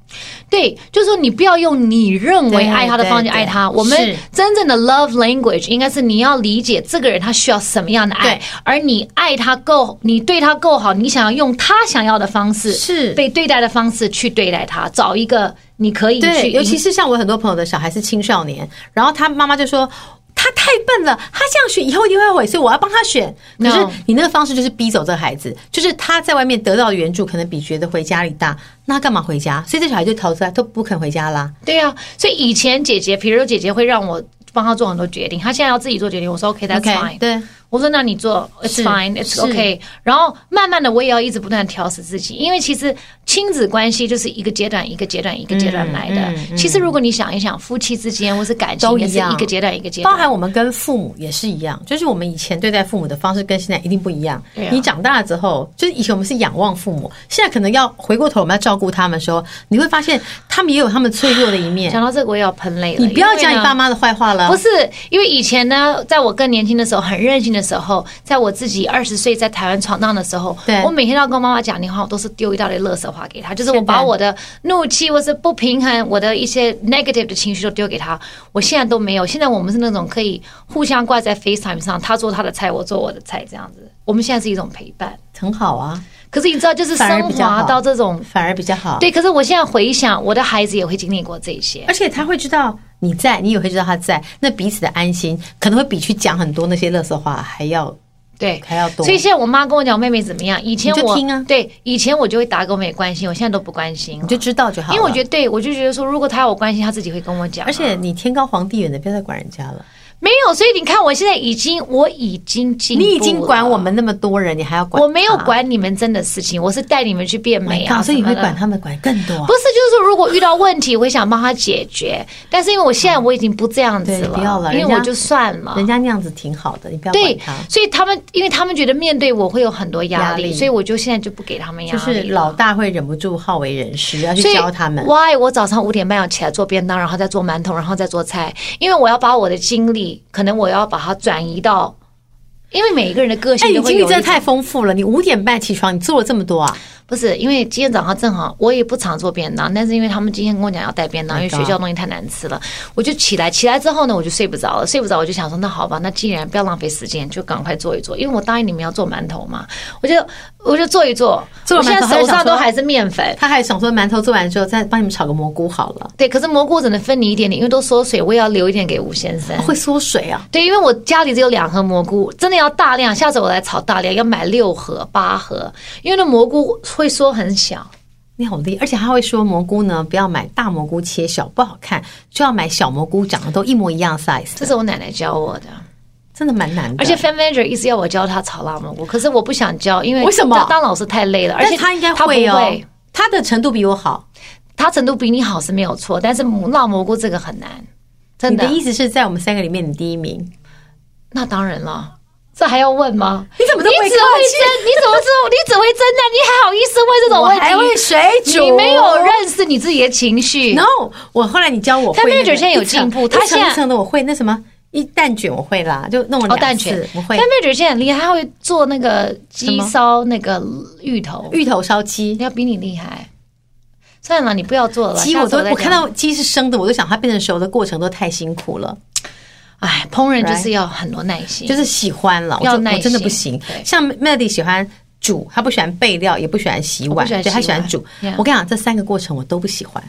Speaker 2: 对，就是说你不要用你认为爱他的方式
Speaker 1: 对对
Speaker 2: 爱他。
Speaker 1: 对
Speaker 2: 我们
Speaker 1: 是
Speaker 2: 真正的 love language 应该是你要理解这个人他需要什么样的爱
Speaker 1: 对，
Speaker 2: 而你爱他够，你对他够好，你想要用他想要的方式，
Speaker 1: 是
Speaker 2: 被对待的方式去对待他，找一个你可以去
Speaker 1: 对，
Speaker 2: 迎
Speaker 1: 尤其是像我很多朋友的小孩是青少年，然后他妈妈就说。他太笨了，他这样选以后一定会后悔，所以我要帮他选。可
Speaker 2: No
Speaker 1: 是你那个方式就是逼走这个孩子，就是他在外面得到的援助可能比觉得回家里大，那他干嘛回家？所以这小孩就逃出来，都不肯回家啦。
Speaker 2: 对呀、所以以前姐姐，比如说姐姐会让我帮她做很多决定，她现在要自己做决定，我说 OK，that's、
Speaker 1: OK，
Speaker 2: fine。
Speaker 1: 对，
Speaker 2: 我说那你做，it's
Speaker 1: 是
Speaker 2: fine，it's
Speaker 1: 是
Speaker 2: OK。然后慢慢的我也要一直不断地调试自己，因为其实亲子关系就是一个阶段一个阶段一个阶段来的。其实如果你想一想，夫妻之间或是感
Speaker 1: 嗯
Speaker 2: 情
Speaker 1: 都
Speaker 2: 也
Speaker 1: 一
Speaker 2: 是
Speaker 1: 样
Speaker 2: 一个阶段一个阶
Speaker 1: 包
Speaker 2: 段。
Speaker 1: 含我们跟父母也是一样，就是我们以前对待父母的方式跟现在一定不一样。
Speaker 2: 对啊
Speaker 1: 你长大了之后，就是以前我们是仰望父母，现在可能要回过头，我们要照顾他们的时候，你会发现他们也有他们脆弱的一面。
Speaker 2: 讲到这个我也要喷泪了，
Speaker 1: 你不要
Speaker 2: 因为
Speaker 1: 讲你
Speaker 2: 呢
Speaker 1: 爸妈的坏话了，
Speaker 2: 不是，因为以前呢，在我更年轻的时候，很任性的时候，在我自己二十岁在台湾闯荡的时候
Speaker 1: 对，
Speaker 2: 我每天都要跟妈妈讲电话，我都是丢一大堆垃圾话给她，就是我把我的怒气或是不平衡，我的一些 negative 的情绪都丢给她。我现在都没有，现在我们是那种可以互相挂在 FaceTime 上，她做她的菜，我做我的菜，这样子。我们现在是一种陪伴，
Speaker 1: 很好啊，
Speaker 2: 可是你知道，就是
Speaker 1: 反而
Speaker 2: 升
Speaker 1: 比较好
Speaker 2: 华到这种
Speaker 1: 反而比较好。，
Speaker 2: 对，可是我现在回想，我的孩子也会经历过这些。
Speaker 1: 而且他会知道你在，你也会知道他在，那彼此的安心可能会比去讲很多那些垃圾话还要
Speaker 2: 对，
Speaker 1: 还要多。
Speaker 2: 所以现在我妈跟我讲妹妹怎么样，以前
Speaker 1: 你就
Speaker 2: 我
Speaker 1: 听啊
Speaker 2: 对，以前我就会打给我妹关心，我现在都不关心
Speaker 1: 你
Speaker 2: 了，
Speaker 1: 就知道就好
Speaker 2: 因
Speaker 1: 了。
Speaker 2: 为我觉得对我就觉得说，如果她要我关心，她自己会跟我讲啊、
Speaker 1: 而且你天高皇帝远的，不要再管人家了。
Speaker 2: 没有，所以你看我现在已经我已经进步了，
Speaker 1: 你已经管我们那么多人，你还要管？Oh
Speaker 2: 我没有。管你们真的事情，我是带你们去变美啊，
Speaker 1: 所以你
Speaker 2: 什么
Speaker 1: 会
Speaker 2: 的
Speaker 1: 管他们管更多啊
Speaker 2: 不。是，就是说，如果遇到问题，我会想帮他解决。但是因为我现在我已经不这样子
Speaker 1: 对
Speaker 2: 了，
Speaker 1: 不要了
Speaker 2: 因为
Speaker 1: 人家
Speaker 2: 我就算了，
Speaker 1: 人家那样子挺好的，你不要管
Speaker 2: 对
Speaker 1: 他。，
Speaker 2: 所以他们，因为他们觉得面对我会有很多压力，
Speaker 1: 压力
Speaker 2: 所以我就现在就不给他们压
Speaker 1: 就
Speaker 2: 力。
Speaker 1: 是老。大会忍不住好为人师，要去
Speaker 2: 所以
Speaker 1: 教他们。
Speaker 2: why 我早上五点半要起来做便当，然后再做馒头，然后再做菜，因为我要把我的精力，可能我要把它转移到，因为每一个人的个
Speaker 1: 哎，
Speaker 2: 性
Speaker 1: 你
Speaker 2: 都会
Speaker 1: 经历
Speaker 2: 有一
Speaker 1: 真的
Speaker 2: 种
Speaker 1: 太丰富了。你五点半起床，你做了这么多啊？
Speaker 2: 不是，因为今天早上正好我也不常做便当，但是因为他们今天跟我讲要带便当，
Speaker 1: My
Speaker 2: 因为
Speaker 1: God
Speaker 2: 学校东西太难吃了，我就起来，起来之后呢，我就睡不着了，睡不着我就想说，那好吧，那既然不要浪费时间，就赶快做一做，因为我答应你们要做馒头嘛，我就我就做一做，
Speaker 1: 做
Speaker 2: 我
Speaker 1: 完馒头
Speaker 2: 现在
Speaker 1: 还是
Speaker 2: 手
Speaker 1: 想
Speaker 2: 上都
Speaker 1: 说
Speaker 2: 还是面粉。
Speaker 1: 他还想说馒头做完之后再帮你们炒个蘑菇好了，
Speaker 2: 对，可是蘑菇只能分你一点点，因为都缩水，我也要留一点给吴先生。
Speaker 1: 会缩水啊。
Speaker 2: 对，因为我家里只有两盒蘑菇，真的要大量，下次我来炒大量，要买六盒、八盒，因为那蘑菇会缩很小。
Speaker 1: 你好厉害，而且他会说蘑菇呢，不要买大蘑菇切小，不好看，就要买小蘑菇，长得都一模一样 size
Speaker 2: 这
Speaker 1: 的，
Speaker 2: 是我奶奶教我的。
Speaker 1: 真的蛮难的。
Speaker 2: 而且 Fan Manager 一直要我教他炒辣蘑菇，可是我不想教，因为
Speaker 1: 为什么
Speaker 2: 当老师太累了，而
Speaker 1: 但
Speaker 2: 且
Speaker 1: 他应该
Speaker 2: 他不
Speaker 1: 会哦
Speaker 2: 会，
Speaker 1: 他的程度比我好。
Speaker 2: 他程度比你好是没有错，但是辣蘑菇这个很难，真
Speaker 1: 你
Speaker 2: 的
Speaker 1: 的。意思是在我们三个里面你第一名？
Speaker 2: 那当然了，这还要问吗？
Speaker 1: 你怎么
Speaker 2: 你
Speaker 1: 都
Speaker 2: 只
Speaker 1: 不
Speaker 2: 会
Speaker 1: 会
Speaker 2: 蒸
Speaker 1: 客气，，
Speaker 2: 你怎么知道？你只会蒸蛋，你还好意思问这种
Speaker 1: 我
Speaker 2: 问
Speaker 1: 还
Speaker 2: 题？
Speaker 1: 会水煮，
Speaker 2: 你没有认识你自己的情绪。
Speaker 1: 啊 No，我后来你教我会、
Speaker 2: 但
Speaker 1: 那个
Speaker 2: manager 现在有
Speaker 1: 一层
Speaker 2: 进步
Speaker 1: 一
Speaker 2: 他现在
Speaker 1: 层一层的我会那什么一蛋卷我会啦，就弄了
Speaker 2: 哦，
Speaker 1: 两
Speaker 2: 蛋
Speaker 1: 次
Speaker 2: 卷
Speaker 1: 我会
Speaker 2: Fan Manager 现在很厉害，他会做那个鸡
Speaker 1: 什么
Speaker 2: 烧那个芋头，
Speaker 1: 芋头烧鸡，
Speaker 2: 要比你厉害。算了，你不要做了。
Speaker 1: 鸡
Speaker 2: 下
Speaker 1: 我
Speaker 2: 次
Speaker 1: 都
Speaker 2: 再
Speaker 1: 我看
Speaker 2: 讲
Speaker 1: 到鸡是生的，我都想它变成熟的过程都太辛苦了，
Speaker 2: 哎，烹饪就是要很多耐心，
Speaker 1: 就是喜欢了，我
Speaker 2: 嗯要
Speaker 1: 就
Speaker 2: 耐
Speaker 1: 我真的不
Speaker 2: 心
Speaker 1: 行
Speaker 2: 对。
Speaker 1: 像 Melody 喜欢。煮，她不喜欢备料，也不喜欢洗
Speaker 2: 我
Speaker 1: 碗，
Speaker 2: 不喜欢
Speaker 1: 对，她
Speaker 2: 洗
Speaker 1: 喜欢
Speaker 2: 碗
Speaker 1: 煮。
Speaker 2: Yeah
Speaker 1: 我跟你讲，这三个过程我都不喜欢，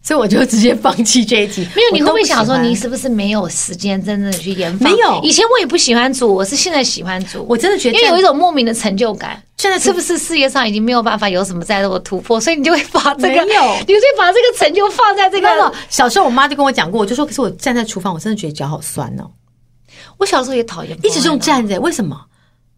Speaker 1: 所以我就直接放弃这一题。
Speaker 2: 没有，你
Speaker 1: 我都
Speaker 2: 会不会想
Speaker 1: 喜
Speaker 2: 说，
Speaker 1: 欢
Speaker 2: 你是不是没有时间真正的去研发？
Speaker 1: 没有
Speaker 2: 以前我也不喜欢煮，我是现在喜欢煮。
Speaker 1: 我真的觉得
Speaker 2: 因为
Speaker 1: 这
Speaker 2: 有一种莫名的成就感。
Speaker 1: 现在
Speaker 2: 是不是事业上已经没有办法有什么再多的突破，所以你就会把这个，
Speaker 1: 没有
Speaker 2: 你就会把这个成就放在这
Speaker 1: 没有
Speaker 2: 个。
Speaker 1: 小时候我妈就跟我讲过，我就说，可是我站在厨房，我真的觉得脚好酸哦。
Speaker 2: 我小时候也讨厌，
Speaker 1: 一直是用。站着，为什么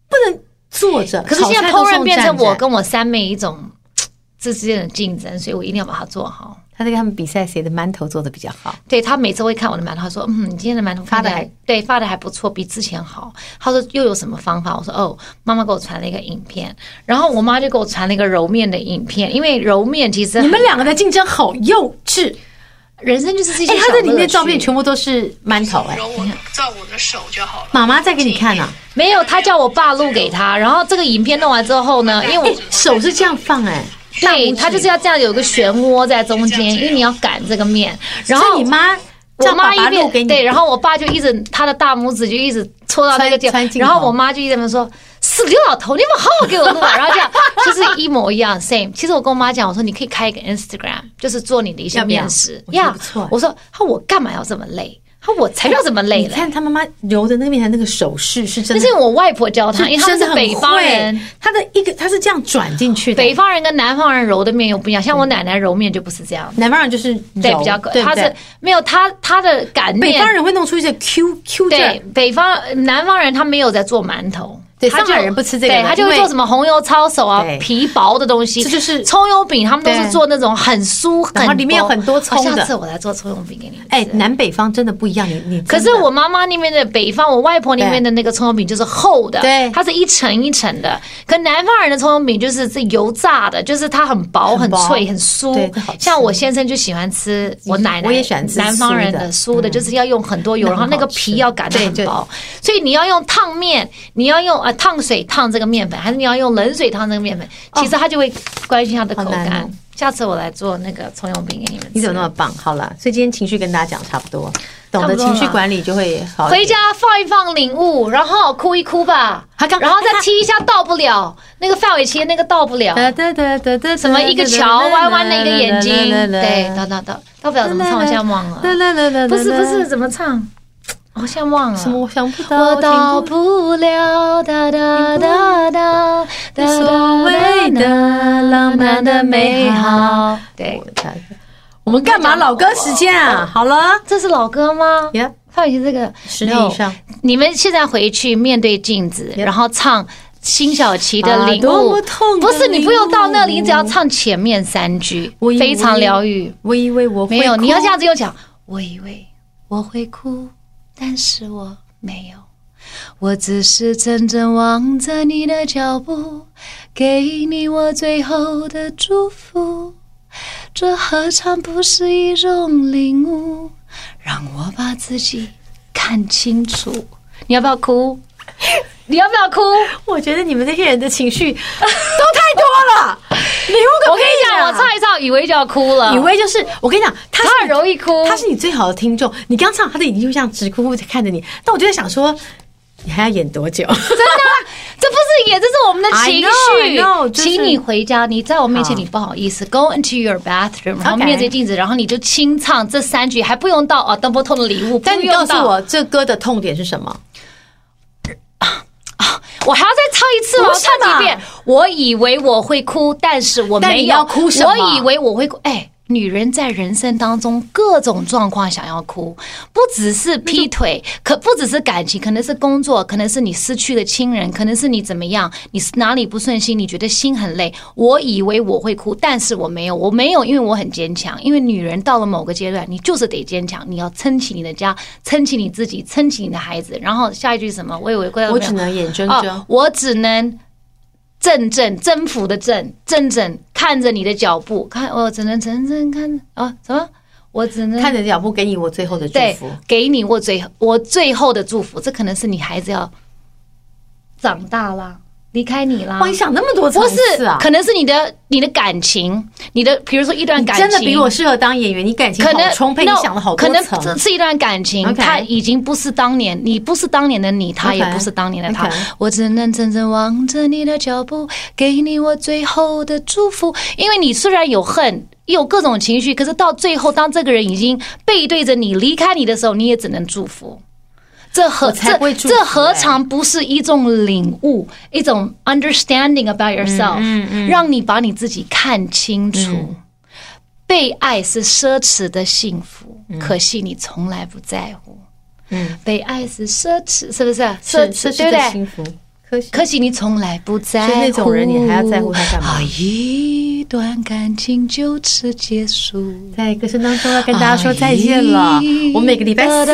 Speaker 1: 不能坐着？
Speaker 2: 可是现在
Speaker 1: 炒菜都是
Speaker 2: 烹饪
Speaker 1: 用
Speaker 2: 变成
Speaker 1: 站着
Speaker 2: 我跟我三妹一种嘖这之间的竞争，所以我一定要把它做好。
Speaker 1: 他在跟他们比赛，谁的馒头做的比较好？
Speaker 2: 对他每次会看我的馒头，他说：“嗯，你今天的馒头
Speaker 1: 发得还
Speaker 2: 看起来对发的还不错，比之前好。”他说：“又有什么方法？”我说：“哦，妈妈给我传了一个影片，然后我妈就给我传了一个揉面的影片，因为揉面其实
Speaker 1: *laughs* 你们两个的竞争好幼
Speaker 2: *laughs*
Speaker 1: 稚！
Speaker 2: 人生就是这些
Speaker 1: 哎、
Speaker 2: 小乐趣。
Speaker 1: 他这里面照片全部都是馒头、哎
Speaker 3: 揉，我照我的手就好了。
Speaker 1: 妈妈在给你看啊，
Speaker 2: 没有，他叫我爸录给他，然后这个影片弄完之后
Speaker 1: *laughs*
Speaker 2: 呢，因为
Speaker 1: 哎、
Speaker 2: 我。
Speaker 1: 手是这样放、哎，大拇
Speaker 2: 对
Speaker 1: 指
Speaker 2: 他就是要这样有一个漩涡在中间，因为你要擀这个面，然后
Speaker 1: 所以你妈
Speaker 2: 我
Speaker 1: 叫
Speaker 2: 妈
Speaker 1: 爸
Speaker 2: 一
Speaker 1: 爸
Speaker 2: 边
Speaker 1: 录给你，
Speaker 2: 对，然后我爸就一直他的大拇指就一直戳到那个地
Speaker 1: 穿
Speaker 2: 方
Speaker 1: 穿，进
Speaker 2: 然后
Speaker 1: 头
Speaker 2: 我妈就一直在那说：“死刘老头，你们好好给我录啊！” *laughs* 然后这样就是一模一样 same。其实我跟我妈讲，我说你可以开一个 Instagram，就是做你的一些
Speaker 1: 要不要
Speaker 2: 面食
Speaker 1: 我觉得不错
Speaker 2: 我说他我干嘛要这么累？他我才不要这么累
Speaker 1: *laughs* 你
Speaker 2: 嘞！
Speaker 1: 看他妈妈揉的那个面团，那个手势是真
Speaker 2: 那
Speaker 1: 的，
Speaker 2: 是因为我外婆教他，因为他
Speaker 1: 真
Speaker 2: 们
Speaker 1: 的
Speaker 2: 是
Speaker 1: 很
Speaker 2: 北方人
Speaker 1: 会。，他的一个他是这样转进去的。
Speaker 2: 北方人跟南方人揉的面又不一样，像我奶奶揉面就不是这样，
Speaker 1: 南方人就是揉
Speaker 2: 对，比较
Speaker 1: 嗯对不
Speaker 2: 她是
Speaker 1: 对？
Speaker 2: 没有她她的擀面，
Speaker 1: 北方人会弄出一些 Q Q 劲儿
Speaker 2: 对，北方南方人他没有在做馒头，
Speaker 1: 对，
Speaker 2: 他
Speaker 1: 上
Speaker 2: 就
Speaker 1: 海人不吃这个的，
Speaker 2: 对他就会
Speaker 1: 因为
Speaker 2: 做什么红油抄手啊
Speaker 1: 对、
Speaker 2: 皮薄的东西，
Speaker 1: 这就是
Speaker 2: 葱油饼，他们都是
Speaker 1: 对
Speaker 2: 做那种很酥，很
Speaker 1: 然后里面有
Speaker 2: 薄
Speaker 1: 很多葱
Speaker 2: 哦
Speaker 1: 的
Speaker 2: 下次我来做葱油饼给你们。
Speaker 1: 哎，南北方真的不一样，你你
Speaker 2: 可是
Speaker 1: 真的
Speaker 2: 我妈妈那边的北方，我外婆那边的那个葱油饼就是厚的，
Speaker 1: 对
Speaker 2: 它是一层一层的。可南方人的葱油饼就是是油炸的，就是它很薄、
Speaker 1: 很
Speaker 2: 很
Speaker 1: 薄
Speaker 2: 脆、很酥
Speaker 1: 对好吃。
Speaker 2: 像我先生就喜欢吃，我奶奶
Speaker 1: 我也喜欢吃
Speaker 2: 南方人
Speaker 1: 酥的嗯
Speaker 2: 的酥的，就是要用很多油，
Speaker 1: 那
Speaker 2: 然
Speaker 1: 很
Speaker 2: 后那个
Speaker 1: 好吃
Speaker 2: 皮要擀得很
Speaker 1: 对就
Speaker 2: 薄。所以你要用烫面，你要用呃烫水烫这个面粉，还是你要用冷水烫这个面粉？其实它就会关心它的口
Speaker 1: 好难
Speaker 2: 感
Speaker 1: 哦。
Speaker 2: 下次我来做那个葱油饼给你们吃。
Speaker 1: 你怎么那么棒？好了，所以今天情绪跟大家讲差不多，懂
Speaker 2: 差不
Speaker 1: 得
Speaker 2: 多
Speaker 1: 情绪
Speaker 2: 了
Speaker 1: 管理就会好一点。
Speaker 2: 回家放一放领悟，然后哭一哭吧。
Speaker 1: 他刚
Speaker 2: 然后再踢一下，到不了那个范玮琪的那个到不了，
Speaker 1: 哒哒哒哒哒，
Speaker 2: 什么一个桥弯弯的一个眼睛，对，到到到到不了怎么唱？我现在忘了，不是不是怎么唱，我现在忘了
Speaker 1: 什么？我想不到，
Speaker 2: 我到
Speaker 1: 到不
Speaker 2: 不了，哒哒哒哒哒所谓的浪漫的美好。对，
Speaker 1: 我们干嘛老歌时间啊？好了，
Speaker 2: 这是老歌吗？
Speaker 1: 耶，
Speaker 2: 范玮琪这个
Speaker 1: 十年以上，
Speaker 2: 你们现在回去面对镜子，
Speaker 1: Yep
Speaker 2: 然后唱辛晓琪的
Speaker 1: 啊
Speaker 2: 领
Speaker 1: 多
Speaker 2: 悟，
Speaker 1: 么痛的
Speaker 2: 不是你不用到那里，
Speaker 1: 领悟
Speaker 2: 你只要唱前面三句
Speaker 1: 我以，为
Speaker 2: 非常疗愈。
Speaker 1: 我以为我会
Speaker 2: 没有，
Speaker 1: 哭
Speaker 2: 你要这样子又讲，我以为我会哭，但是我没有。我只是真正望着你的脚步，给你我最后的祝福。这何尝不是一种领悟？让我把自己看清楚。你要不要哭？你要不要哭？
Speaker 1: *laughs* 我觉得你们这些人的情绪都太多 *laughs* 了，礼物可
Speaker 2: 我跟你讲，我唱一唱，以为就要哭了。
Speaker 1: 以为就是我跟你讲，他
Speaker 2: 他很容易哭，
Speaker 1: 他是你最好的听众，你刚唱他的眼睛就像直哭哭地看着你，但我就在想说，你还要演多久？
Speaker 2: 真的啊，这不是演，这是我们的情
Speaker 1: I
Speaker 2: 绪。
Speaker 1: know, I know，就是
Speaker 2: 请你回家，你在我面前
Speaker 1: 好
Speaker 2: 你不好意思，Go into your bathroom，然后
Speaker 1: OK
Speaker 2: 面对镜子，然后你就清唱这三句，还不用到啊邓波痛的礼物，
Speaker 1: 但
Speaker 2: 不
Speaker 1: 你
Speaker 2: 用
Speaker 1: 告诉
Speaker 2: 到，
Speaker 1: 我，这歌的痛点是什么？
Speaker 2: 我还要再唱一次吗？哦
Speaker 1: 不是
Speaker 2: 唱
Speaker 1: 嘛
Speaker 2: 几遍？我以为我会哭，但是我
Speaker 1: 但你
Speaker 2: 没有
Speaker 1: 要哭什么
Speaker 2: 我以为我会哭，哎。女人在人生当中各种状况想要哭，不只是劈腿，可不只是感情，可能是工作，可能是你失去了亲人，可能是你怎么样，你是哪里不顺心，你觉得心很累。我以为我会哭，但是我没有，我没有，因为我很坚强。因为女人到了某个阶段，你就是得坚强，你要撑起你的家，撑起你自己，撑起你的孩子。然后下一句是什么？我以为会
Speaker 1: 我只能眼睁睁。
Speaker 2: 呃哦，我只能正正征服的正正正看着你的脚步，看我只能正正看着啊什么？我只能
Speaker 1: 看着脚步，给你我最后的祝
Speaker 2: 对
Speaker 1: 福。
Speaker 2: 给你我最我最后的祝福，这可能是你孩子要长大啦，离开你啦
Speaker 1: 哇，。你想那么多层
Speaker 2: 不
Speaker 1: 次
Speaker 2: 是，
Speaker 1: 啊？
Speaker 2: 可能是你的你的感情，你的比如说一段感情，
Speaker 1: 真的比我适合当演员，你感情
Speaker 2: 可
Speaker 1: 好
Speaker 2: 能
Speaker 1: 充沛，你
Speaker 2: no，
Speaker 1: 想了好
Speaker 2: 可
Speaker 1: 多
Speaker 2: 能这
Speaker 1: 层。
Speaker 2: 是一段感情，
Speaker 1: OK
Speaker 2: 他已经不是当年，你不是当年的你，他
Speaker 1: OK
Speaker 2: 也不是当年的他
Speaker 1: OK。
Speaker 2: 我只能真正望着你的脚步，给你我最后的祝福。因为你虽然有恨。有各种情绪，可是到最后，当这个人已经背对着你离开你的时候，你也只能祝福。这何
Speaker 1: 我才
Speaker 2: 这
Speaker 1: 不会祝福
Speaker 2: 这
Speaker 1: 欸
Speaker 2: 何尝不是一种领悟，一种 understanding about yourself，、让
Speaker 1: 嗯
Speaker 2: 你把你自己看清楚。被爱是奢侈的幸福，可惜你从来不在乎。
Speaker 1: 嗯，
Speaker 2: 被爱是奢侈，是不是？
Speaker 1: 是
Speaker 2: 奢
Speaker 1: 是是
Speaker 2: 侈，对不
Speaker 1: 的
Speaker 2: 对？
Speaker 1: 幸福，可惜
Speaker 2: 可惜你从来不在乎。
Speaker 1: 所以那种人你还要在乎他干嘛
Speaker 2: 啊，一段感情就此结束。
Speaker 1: 在歌声当中要跟大家说再见了
Speaker 2: 哎。
Speaker 1: 我每个礼拜四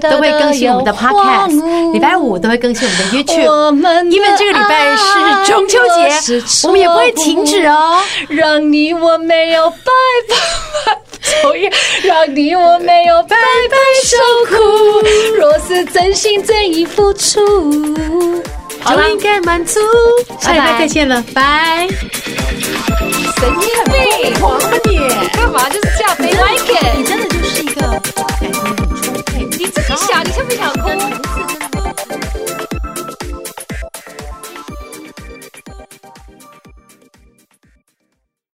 Speaker 1: 都会更新我们的
Speaker 2: 有花木
Speaker 1: podcast，礼拜五都会更新我们的 YouTube。
Speaker 2: 我们的
Speaker 1: 因为这个礼拜
Speaker 2: 爱
Speaker 1: 是中秋
Speaker 2: 若是
Speaker 1: 节，
Speaker 2: 错
Speaker 1: 我们也不会停止哦。
Speaker 2: 让你我没有白白愁夜，让你我没有白白受苦。若是真心真意付出，好了
Speaker 1: 就，应该满足。下礼
Speaker 2: 拜
Speaker 1: 拜
Speaker 2: 拜
Speaker 1: 再见了，拜。
Speaker 2: 神经病，
Speaker 1: 狂你，
Speaker 2: 干嘛就是这样？没 like it。
Speaker 1: 真的。